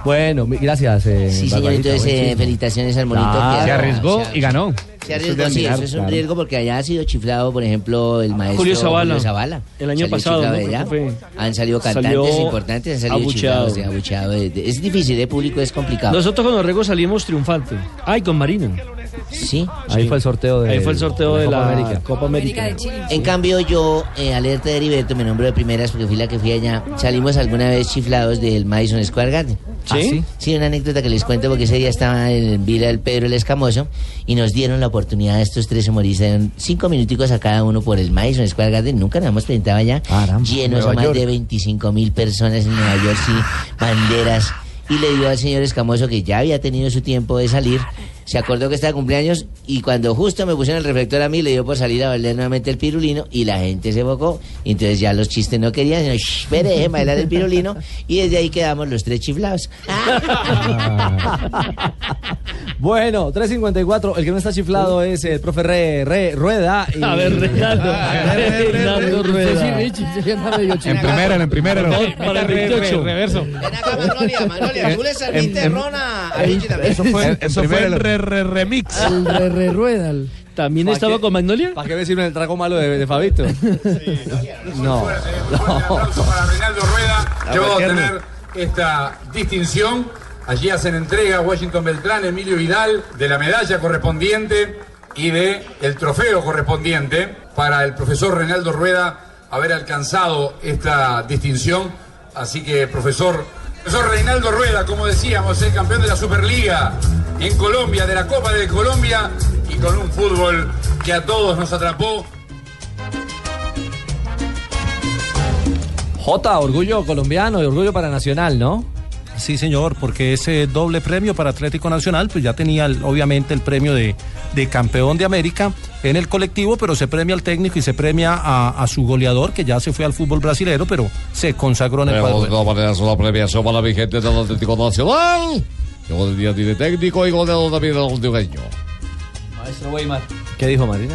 bueno, mi- gracias. eh, Sí, señor, Barbarita, entonces buen eh, chisme. felicitaciones al monito. Claro. que Se arriesgó se- y ganó. Se Eso es de arriesgó, sí, admirar, eso es un claro. riesgo porque allá ha sido chiflado, por ejemplo, el maestro Julio Zavala. El año Salió pasado, chiflado ¿no? de Creo allá. que Han salido Salió cantantes importantes, han salido abucheado. chiflados, sí, abucheado. Es, es difícil, el público es complicado. Nosotros con Orrego salimos triunfante. Ay, con Marina. Sí. Ahí fue el sorteo de Ahí fue el sorteo de la Copa América. En cambio, yo, eh, alerta de Heriberto, me nombro de primeras porque fui la que fui allá. Salimos alguna vez chiflados del Madison Square Garden. ¿Sí? ¿Ah, sí? Sí, una anécdota que les cuento porque ese día estaba en Vila el Pedro el Escamoso y nos dieron la oportunidad a estos tres humoristas, en cinco minuticos a cada uno por el Madison Square Garden. Nunca nos hemos presentado allá. llenos Nueva a más York. de 25 mil personas en Nueva York, sí, banderas. Y le dio al señor Escamoso que ya había tenido su tiempo de salir. Se acordó que estaba de cumpleaños y cuando justo me pusieron el reflector a mí, le dio por salir a bailar nuevamente el pirulino y la gente se bocó. Entonces ya los chistes no querían, sino, "Shh, espere, deje bailar el pirulino. Y desde ahí quedamos los tres chiflados. Bueno, 354. El que no está chiflado es el profe Re, Re- Rueda. y- A ver, Reinaldo. A ver, Re- Re- Reinaldo Rueda. En primera, en primera, no. Para el 28. Reverso. tú le serviste ron a- a Richie también. Eso fue, eso fue el re, re, remix. El re, re rueda. el- ¿También estaba con Magnolia? ¿Para qué decirme el trago malo de, de Fabito? no. Para Reinaldo Rueda, que A va a ver, Henry. tener esta distinción. Allí hacen entrega Washington Beltrán, Emilio Vidal, de la medalla correspondiente y de el trofeo correspondiente para el profesor Reinaldo Rueda haber alcanzado esta distinción. Así que, profesor, profesor Reinaldo Rueda, como decíamos, el campeón de la Superliga en Colombia, de la Copa de Colombia y con un fútbol que a todos nos atrapó. J, orgullo colombiano y orgullo para Nacional, ¿no? Sí, señor, porque ese doble premio para Atlético Nacional, pues ya tenía el- obviamente el premio de, de campeón de América en el colectivo, pero se premia al técnico y se premia a, a su goleador, que ya se fue al fútbol brasilero, pero se consagró en el Tenemos de cuadro. todas maneras una premiación para vigente del Atlético Nacional. Llegó el día de técnico y goleador también del hondureño. Maestro Weimar. ¿Qué dijo Marina?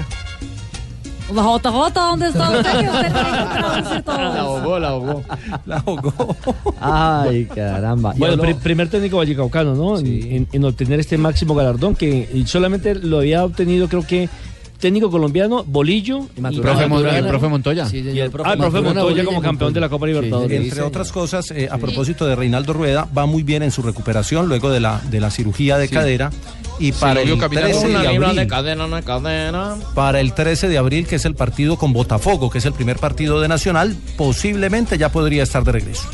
La JJ, ¿dónde está usted? Que usted tiene que traducir todo. ahogó, la ahogó. La ahogó. Ay, caramba. Y Bueno, habló- pri- primer técnico vallecaucano, ¿no? En- En, en obtener este máximo galardón que solamente lo había obtenido, creo que técnico colombiano, Bolillo y Maturana. Profe Mo- el Maturana. profe Montoya. Sí, señor. Y el profe ah, el profe Maturana, Montoya Bolillo como y campeón Montoya. de la Copa Libertadores. Entre otras cosas, eh, a propósito de Reinaldo Rueda, va muy bien en su recuperación luego de la, de la cirugía de Sí. cadera. Y para el 13 de abril, cadena, una cadena. para el 13 de abril, que es el partido con Botafogo, que es el primer partido de Nacional, posiblemente ya podría estar de regreso.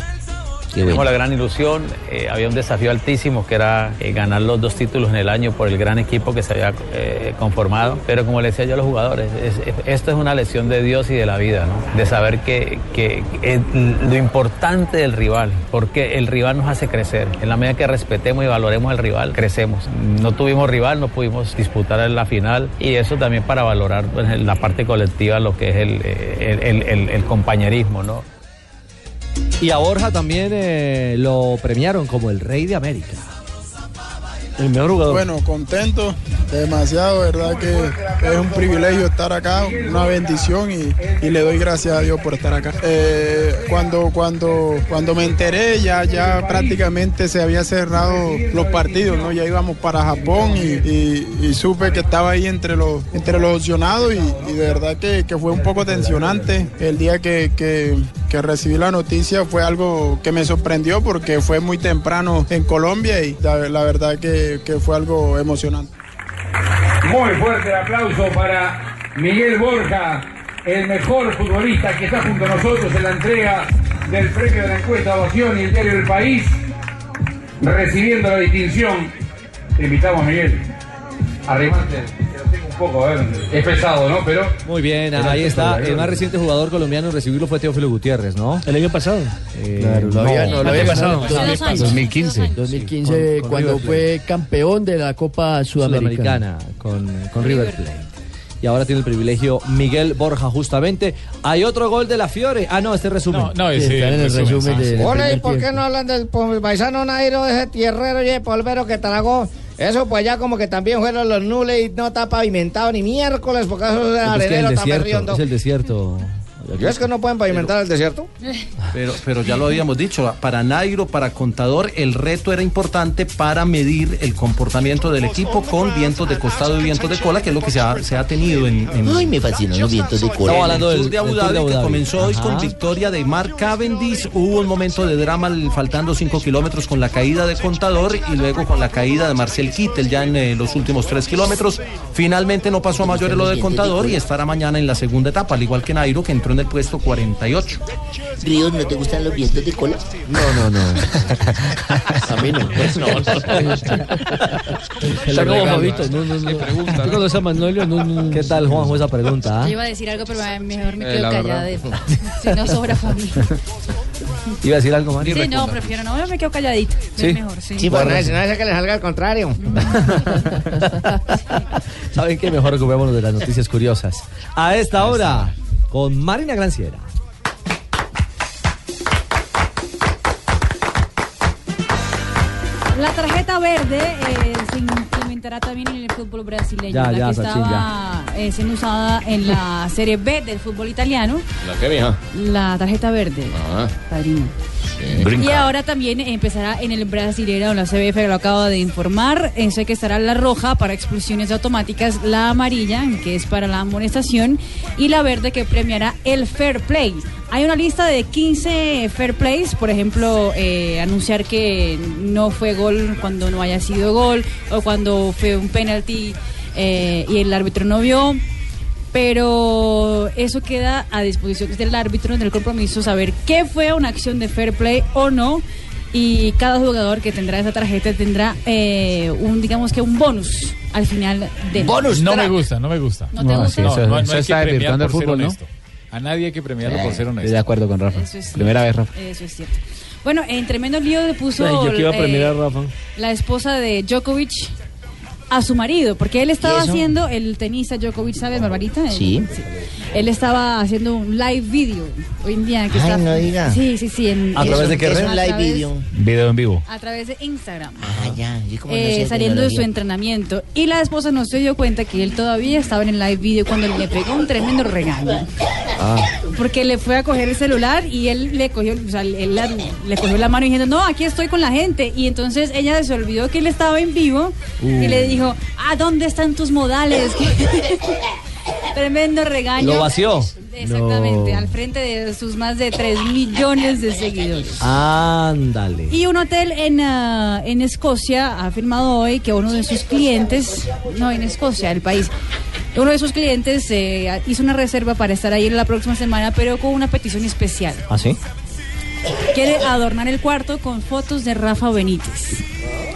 Tuvimos la gran ilusión, eh, había un desafío altísimo que era eh, ganar los dos títulos en el año por el gran equipo que se había eh, conformado, pero como le decía yo a los jugadores, es- es- esto es una lección de Dios y de la vida, ¿no? de saber que, que es lo importante del rival, porque el rival nos hace crecer, en la medida que respetemos y valoremos al rival, crecemos. No tuvimos rival, no pudimos disputar en la final y eso también para valorar pues, en la parte colectiva, lo que es el, eh, el- el- el compañerismo. ¿no? Y a Borja también eh, lo premiaron como el rey de América. El mejor jugador. Bueno, contento, demasiado, verdad que es un privilegio estar acá, una bendición y, y le doy gracias a Dios por estar acá. Eh, cuando, cuando, cuando me enteré ya, ya prácticamente se había cerrado los partidos, ¿no? Ya íbamos para Japón y, y- y supe que estaba ahí entre los, entre los opcionados y, y de verdad que, que fue un poco tensionante. El día que, que- que recibí la noticia fue algo que me sorprendió porque fue muy temprano en Colombia y la, la verdad que- que fue algo emocionante. Muy fuerte el aplauso para Miguel Borja, el mejor futbolista que está junto a nosotros en la entrega del premio de la encuesta Ovación y el diario del país, recibiendo la distinción. Te invitamos, Miguel. Arrimate, te lo tengo un poco, a ver. Es pesado, ¿no? Pero. Muy bien, Era ahí está. espectacular. El más reciente jugador colombiano en recibirlo fue Teófilo Gutiérrez, ¿no? El año pasado. claro, lo había- no, lo había pasado. pasado. Hace dos años. 2015. 2015, con cuando River fue campeón de la Copa Sudamericana. Sudamericana con, con River Plate. Y ahora tiene el privilegio Miguel Borja, justamente. Hay otro gol de la Fiore. Ah, no, este resumen. No, no, ese está en el el resumen, resumen sí. de- Hola, ¿y por qué no hablan del po- paisano Nairo, de ese tierrero y de polvero que tragó? Eso pues ya como que también fueron los nules y no está pavimentado ni miércoles, porque eso es Pero Pues es que el arenero, está desierto. perdiendo. Es el desierto. ¿Y es que no pueden pavimentar el desierto? Eh, Pero, pero ya lo habíamos dicho, para Nairo, para Contador, el reto era importante para medir el comportamiento del equipo con vientos de costado y vientos de cola, que es lo que se ha, se ha tenido en, en... Ay, me fascinan los vientos de Estamos hablando del Tour de Abu del Tour de Dhabi, Abu que Dhabi. comenzó hoy con Ajá. victoria de Mark Cavendish. Hubo un momento de drama al- faltando 5 kilómetros con la caída de Contador y luego con la caída de Marcel Kittel ya en eh, los últimos 3 kilómetros. Finalmente no pasó a mayores lo de Contador y estará mañana en la segunda etapa, al igual que Nairo, que entró en el puesto 48. Ríos, ¿no te gustan los vientos de cola? No, no, no. A mí no. Pues Está como Fabito, No, no, no. ¿Tú conoces a Manolio? No, no, no. ¿Qué tal, Juanjo, esa pregunta? ah? Yo iba a decir algo, pero mejor me Eh, quedo la callada. De, si no sobra familia. ¿Iba a decir algo más? Sí, no, prefiero no, me quedo calladita. Sí. Es mejor, sí. Sí, pues no es no es que le salga al contrario. ¿Saben qué? Mejor ocupémonos de las noticias curiosas. A esta hora, con Marina Granciera. La tarjeta verde eh, se implementará también en el fútbol brasileño, Ya, la ya, que Sachin, estaba eh, siendo usada en la Serie B del fútbol italiano, ¿La qué, mija? la tarjeta verde. Ah, padrino. Sí. Y ahora también empezará en el Brasileira, o la CBF lo acaba de informar. En sé que estará la roja para expulsiones automáticas, la amarilla, que es para la amonestación, y la verde que premiará el fair play. Hay una lista de 15 fair plays, por ejemplo, eh, anunciar que no fue gol cuando no haya sido gol, o cuando fue un penalti eh, y el árbitro no vio. Pero eso queda a disposición del árbitro en el compromiso saber qué fue una acción de fair play o no. Y cada jugador que tendrá esa tarjeta tendrá eh, un, digamos que un bonus al final del No me gusta, no me gusta. ¿No te No, gusta? sí, No, eso- no, no eso hay que está premiar desvirtuando por el ser fútbol, ¿no? honesto. A nadie hay que premiarlo por ser honesto. Estoy de acuerdo con Rafa. Eso es Primera vez, Rafa. Eso es cierto. Bueno, en tremendo lío le puso eh, Rafa. la esposa de Djokovic a su marido, porque él estaba haciendo, el tenista Djokovic, ¿sabes, Barbarita? El- Sí. Él estaba haciendo un live video hoy en día. Que Ay, está, no diga. Sí, sí, sí. en- ¿A en- través de qué a red? través- Live video. Video en vivo. A través de Instagram. Ah, ya. ¿y cómo no eh, sé saliendo de su tecnología? entrenamiento. Y la esposa no se dio cuenta que él todavía estaba en el live video cuando le pegó un tremendo regaño. Porque le fue a coger el celular y él le cogió, o sea, él la- le cogió la mano diciendo, no, aquí estoy con la gente. Y entonces ella se olvidó que él estaba en vivo y Uh. le dijo, ah, ¿dónde están tus modales? Tremendo regaño. Lo vació. Exactamente, No. al frente de sus más de 3 millones de seguidores. Ándale. Y un hotel en, ah, en Escocia ha afirmado hoy que uno de sus clientes, no en Escocia, el país, uno de sus clientes eh, hizo una reserva para estar ahí la próxima semana, pero con una petición especial. ¿Ah, sí? Quiere adornar el cuarto con fotos de Rafa Benítez,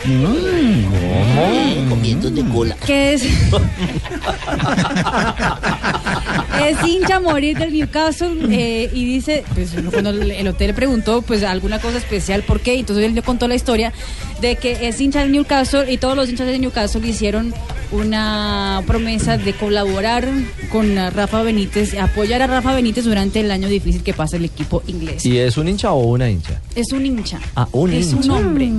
Mm, Con vientos de cola. que es, es hincha a morir del Newcastle eh, y dice, pues uno cuando el el hotel preguntó pues alguna cosa especial, ¿por qué? Y entonces él le contó la historia de que es hincha del Newcastle y todos los hinchas del Newcastle hicieron una promesa de colaborar con ah, Rafa Benítez, apoyar a Rafa Benítez durante el año difícil que pasa el equipo inglés. ¿Y es un hincha o una hincha? Es un hincha. Ah, un es un hincha. Mm. hombre.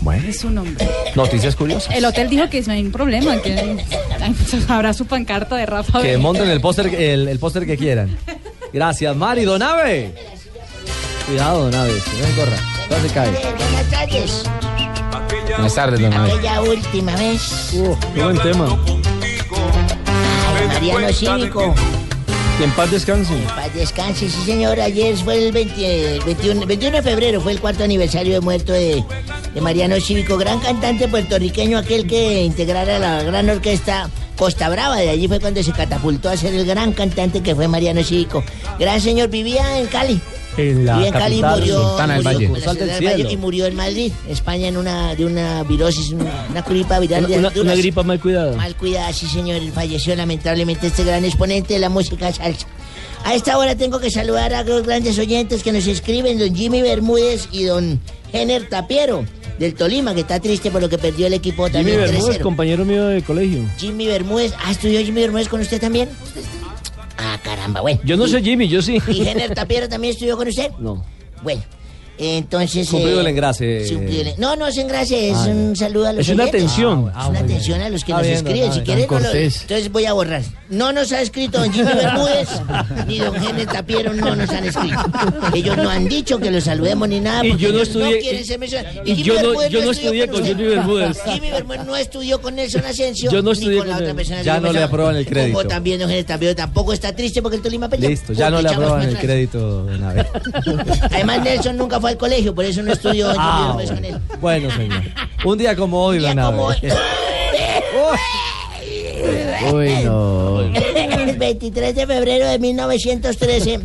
Bueno. Es un hombre. Noticias curiosas. El hotel dijo que no hay ningún problema, que habrá su pancarta de Rafa Que Benítez. monten el póster el, el póster que quieran. Gracias, Mari. Donave. Cuidado, Donave. Que no se corra. No se cae. Buenas tardes. Buenas tardes, Donave. Aquella última vez. Qué buen tema. Ay, Mariano Cínico. Que en paz descanse. Paz descanse, sí señor. Ayer fue el, 20 el 21, 21 de febrero, fue el cuarto aniversario de muerto de, de Mariano Cívico, gran cantante puertorriqueño, aquel que integrara la gran orquesta Costa Brava. De allí fue cuando se catapultó a ser el gran cantante que fue Mariano Cívico. Gran señor, vivía en Cali. En la Vivía en Cali capital murió, Sultana del murió Valle. en la ciudad del Valle y murió en Madrid, España, en una, de una virosis, una, una gripa viral. de Una, alturas. una gripa mal cuidada. Mal cuidada, sí señor, falleció lamentablemente este gran exponente de la música salsa. A esta hora tengo que saludar a los grandes oyentes que nos escriben, don Jimmy Bermúdez y don Jenner Tapiero, del Tolima, que está triste por lo que perdió el equipo Jimmy también Bermúdez, 3-0. compañero mío de colegio. Jimmy Bermúdez, ¿ah, estudió Jimmy Bermúdez con usted también? Ah, caramba, bueno. Yo no Y- soy Jimmy, yo sí. ¿Y Jenner Tapiero también estudió con usted? No. Bueno, entonces... Cumplido eh, el engrase. sí, cumplido el- No, no es gracias, es Ah, un saludo a los Es una oyentes. atención. es una atención a los que Está nos bien, escriben. está Si bien. quieren, Tan no lo- cortés. entonces voy a borrar. No nos ha escrito don Jimmy Bermúdez, ni don Gene Tapiero no nos han escrito. Ellos no han dicho que los saludemos ni nada. Y porque yo no ellos estudié- quieren ser mencionados. y Jimmy yo no- Bermúdez yo no estudió estudié con usted. Jimmy Bermúdez. Jimmy Bermúdez no estudió con Nelson Asensio. Yo no estudié ni con la con otra él. persona. Ya que no le mencionaba. aprueban el crédito. Como también don Gene Tapiero tampoco está triste porque el Tolima perdió. Listo, ya no Punto, le echamos aprueban para el atrás. crédito, Nave. Además, Nelson nunca fue al colegio, por eso no estudió Jimmy Ah, Bermúdez con él. Bueno, señor. Un día como hoy, don Este, Nave. Uy, no. El 23 de febrero de 1913,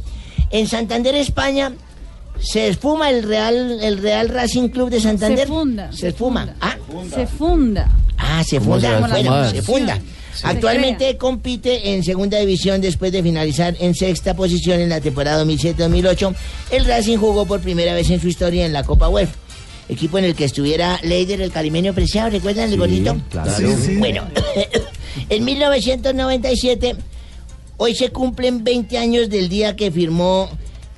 en Santander, España, se esfuma el Real, el Real Racing Club de Santander. Se funda. Se esfuma. Ah, Se funda. Ah, se ¿Cómo se funda. va a bueno, fumar? se funda. Actualmente compite en segunda división después de finalizar en sexta posición en la temporada 2007-2008. El Racing jugó por primera vez en su historia en la Copa UEFA. Equipo en el que estuviera Leider, el calimeño preciado, ¿recuerdan el golito? claro. Sí, sí. Bueno, en 1997, hoy se cumplen 20 años del día que firmó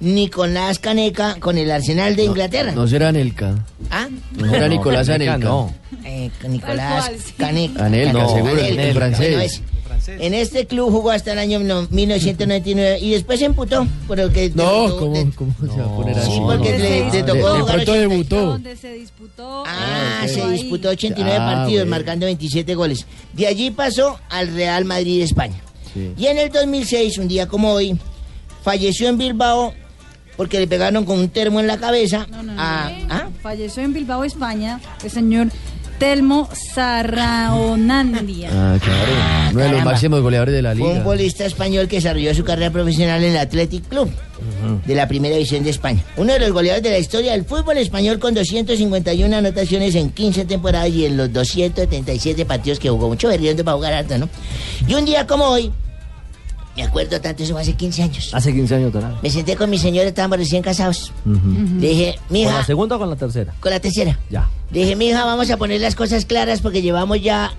Nicolás Caneca con el Arsenal de Inglaterra. No será Anelka. ¿Ah? No era Nicolás Anelka. No. Eh, Nicolás Caneca. Anelka, Caneca, seguro, el Anelka, francés. bueno, ese. En este club jugó hasta el año no- 1999 y después se emputó. Por lo que no, ¿cómo, se va a poner así? Sí, porque No, le, no, le no. tocó De- de jugar pronto 80. debutó. Donde se disputó. Ah, se disputó 89 Ah, partidos, bueno. marcando 27 goles. De allí pasó al Real Madrid de España. Sí. Y en el 2006, un día como hoy, falleció en Bilbao porque le pegaron con un termo en la cabeza a... ¿ah? Falleció en Bilbao, España, el señor Telmo Sarraonandia. Ah, claro. Uno de los caramba. máximos goleadores de la Fue un liga. futbolista español que desarrolló su carrera profesional en el Athletic Club de la Primera División de España. Uno de los goleadores de la historia del fútbol español con 251 anotaciones en 15 temporadas y en los 277 partidos que jugó. Mucho berriondo para jugar harto, ¿no? Y un día como hoy, me acuerdo tanto, eso fue hace 15 años. Hace 15 años, don Nave. Me senté con mi señora, estábamos recién casados. Le dije, ¿Con la mija, segunda o con la tercera? con la tercera. Ya. Le dije, mija, vamos a poner las cosas claras porque llevamos ya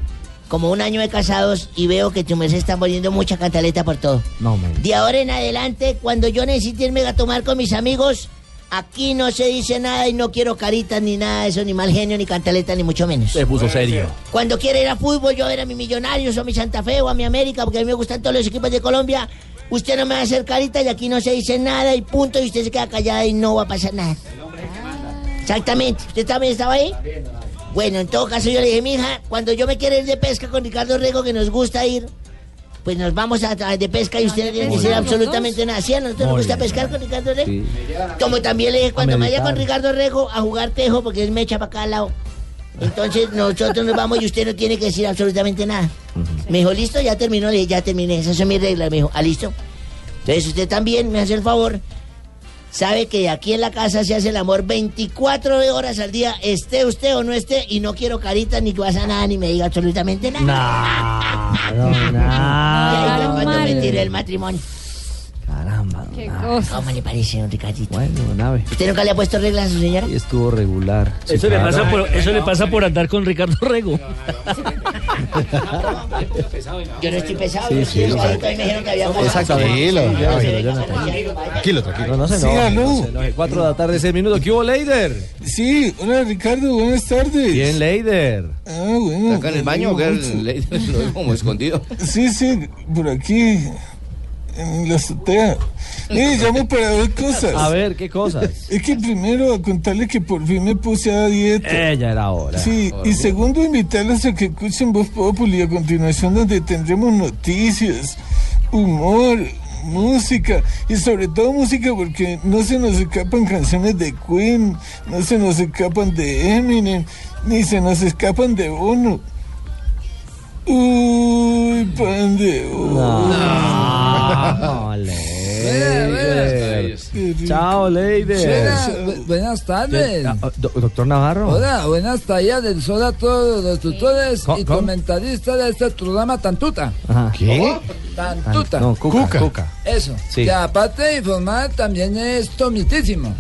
como un año de casados y veo que tu merced está poniendo mucha cantaleta por todo. No, me. De ahora en adelante, cuando yo necesite irme a tomar con mis amigos, aquí no se dice nada y no quiero caritas ni nada de eso, ni mal genio, ni cantaleta, ni mucho menos. Se puso serio. Cuando quiera ir a fútbol, yo era mi Millonarios o mi Santa Fe o a mi América, porque a mí me gustan todos los equipos de Colombia. Usted no me va a hacer carita y aquí no se dice nada y punto, y usted se queda callada y no va a pasar nada. Exactamente. ¿Usted también estaba ahí? Bueno, en todo caso yo le dije, mija, cuando yo me quiera ir de pesca con Ricardo Rego, que nos gusta ir, pues nos vamos a, a- de pesca y usted no tiene que Muy hacer bien. absolutamente nada. ¿Sí? ¿A nosotros nos Muy gusta bien, pescar con Ricardo Rego? Como también le dije, cuando vaya meditar. con Ricardo Rego a jugar tejo, porque él me echa para acá al lado. Entonces nosotros nos vamos y usted no tiene que decir absolutamente nada. Me dijo, listo, ya terminó, le dije, ya terminé, esas son mis reglas, me dijo, ah, listo. Entonces usted también me hace el favor, sabe que aquí en la casa se hace el amor 24 horas al día, esté usted o no esté, y no quiero carita, ni que pasa nada, ni me diga absolutamente nada. Y ahí fue cuando me tiré el matrimonio. Qué ¿Cómo le parece, don Ricardito? Bueno, Nave. ¿Usted nunca le ha puesto reglas a su señora? Estuvo regular. Eso, le pasa por, eso le pasa por andar con Ricardo Rego. Yo no estoy pesado, Sí, yo sí, estoy delgadito, exacto. a mí me dijeron que había pasado. Exactamente. Tranquilo, ya, Tranquilo, ya, Jonathan. Tranquilo, tranquilo. No se Sí, enoje, ganó. no se enoje. Cuatro de la tarde, seis minutos. ¿Qué hubo, Leider? Sí, hola Ricardo, buenas tardes. Bien, Leider. Ah, bueno. ¿Está acá en el baño o qué? Lo veo como escondido. Sí, sí, por aquí, en la azotea. Mire, llamo para dos cosas. A ver, ¿qué cosas? Es que primero, a contarle que por fin me puse a dieta. Ella era hora. Sí, y segundo, invitarlos a que escuchen Voz Populi a continuación donde tendremos noticias, humor, música y sobre todo música porque no se nos escapan canciones de Queen, no se nos escapan de Eminem, ni se nos escapan de Bono. Uy, pan de Bono. Chao, Buenas, Leider. bu- buenas tardes. Ah, do- Doctor Navarro. Hola, buenas tardes del sol a todos los tutores y ¿Cómo? comentaristas de este programa Tantuta. Ajá. ¿Qué? Ah, Tantuta. No, Cuca. Cuca. Cuca. Eso. Sí. Que aparte de informar, también es tomitísimo.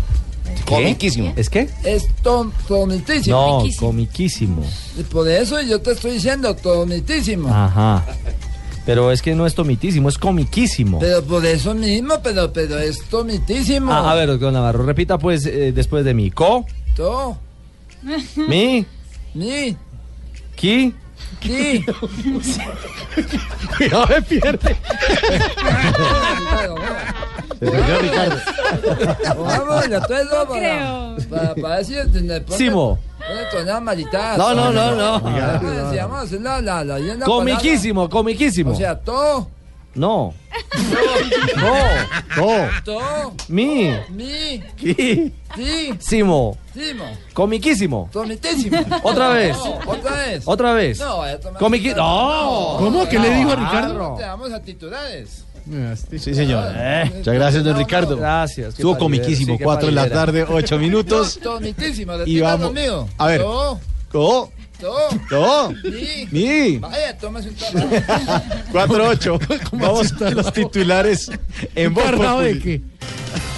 Comiquísimo. ¿Es qué? Es tom- tomitísimo. No, comiquísimo. Y Por eso yo te estoy diciendo tomitísimo. Ajá. Pero es que no es tomitísimo, es comiquísimo. Pero por eso mismo, pero, pero es tomitísimo. Ah, a ver, doctor Navarro, repita pues eh, después de mí. Co, To. mi, Mi. qui. Qui. Cuidado, me pierde. Se perdió Ricardo. Vamos, la tres dos para, para, para ver si le pone- Simo. pone tonada maritada. No, no, no, no. Ah, pues, si vamos a hacer la, la, la, bien la Comiquísimo, comiquísimo. palabra. O sea, todo, No. No. No. todo, Mi. mi, Qui. ti, Simo. simo, Comiquísimo. tomitísimo. Otra vez. Otra vez. Otra vez. No, vaya a tomar- Comiqui- No. ¿Cómo? ¿Qué le dijo a Ricardo? No, Te damos a titulares. Sí, señor. Eh. Muchas gracias, don Ricardo. Eh. Gracias. Estuvo comiquísimo. Cuatro de la tarde, ocho minutos. No, tomitísimo, Y vamos- mío. a ver. To, Co. to, No. mi. Mi. Vaya, tomas un tabaco. 4-8. Vamos a los titulares en Voz ¿Embarrado de Populi.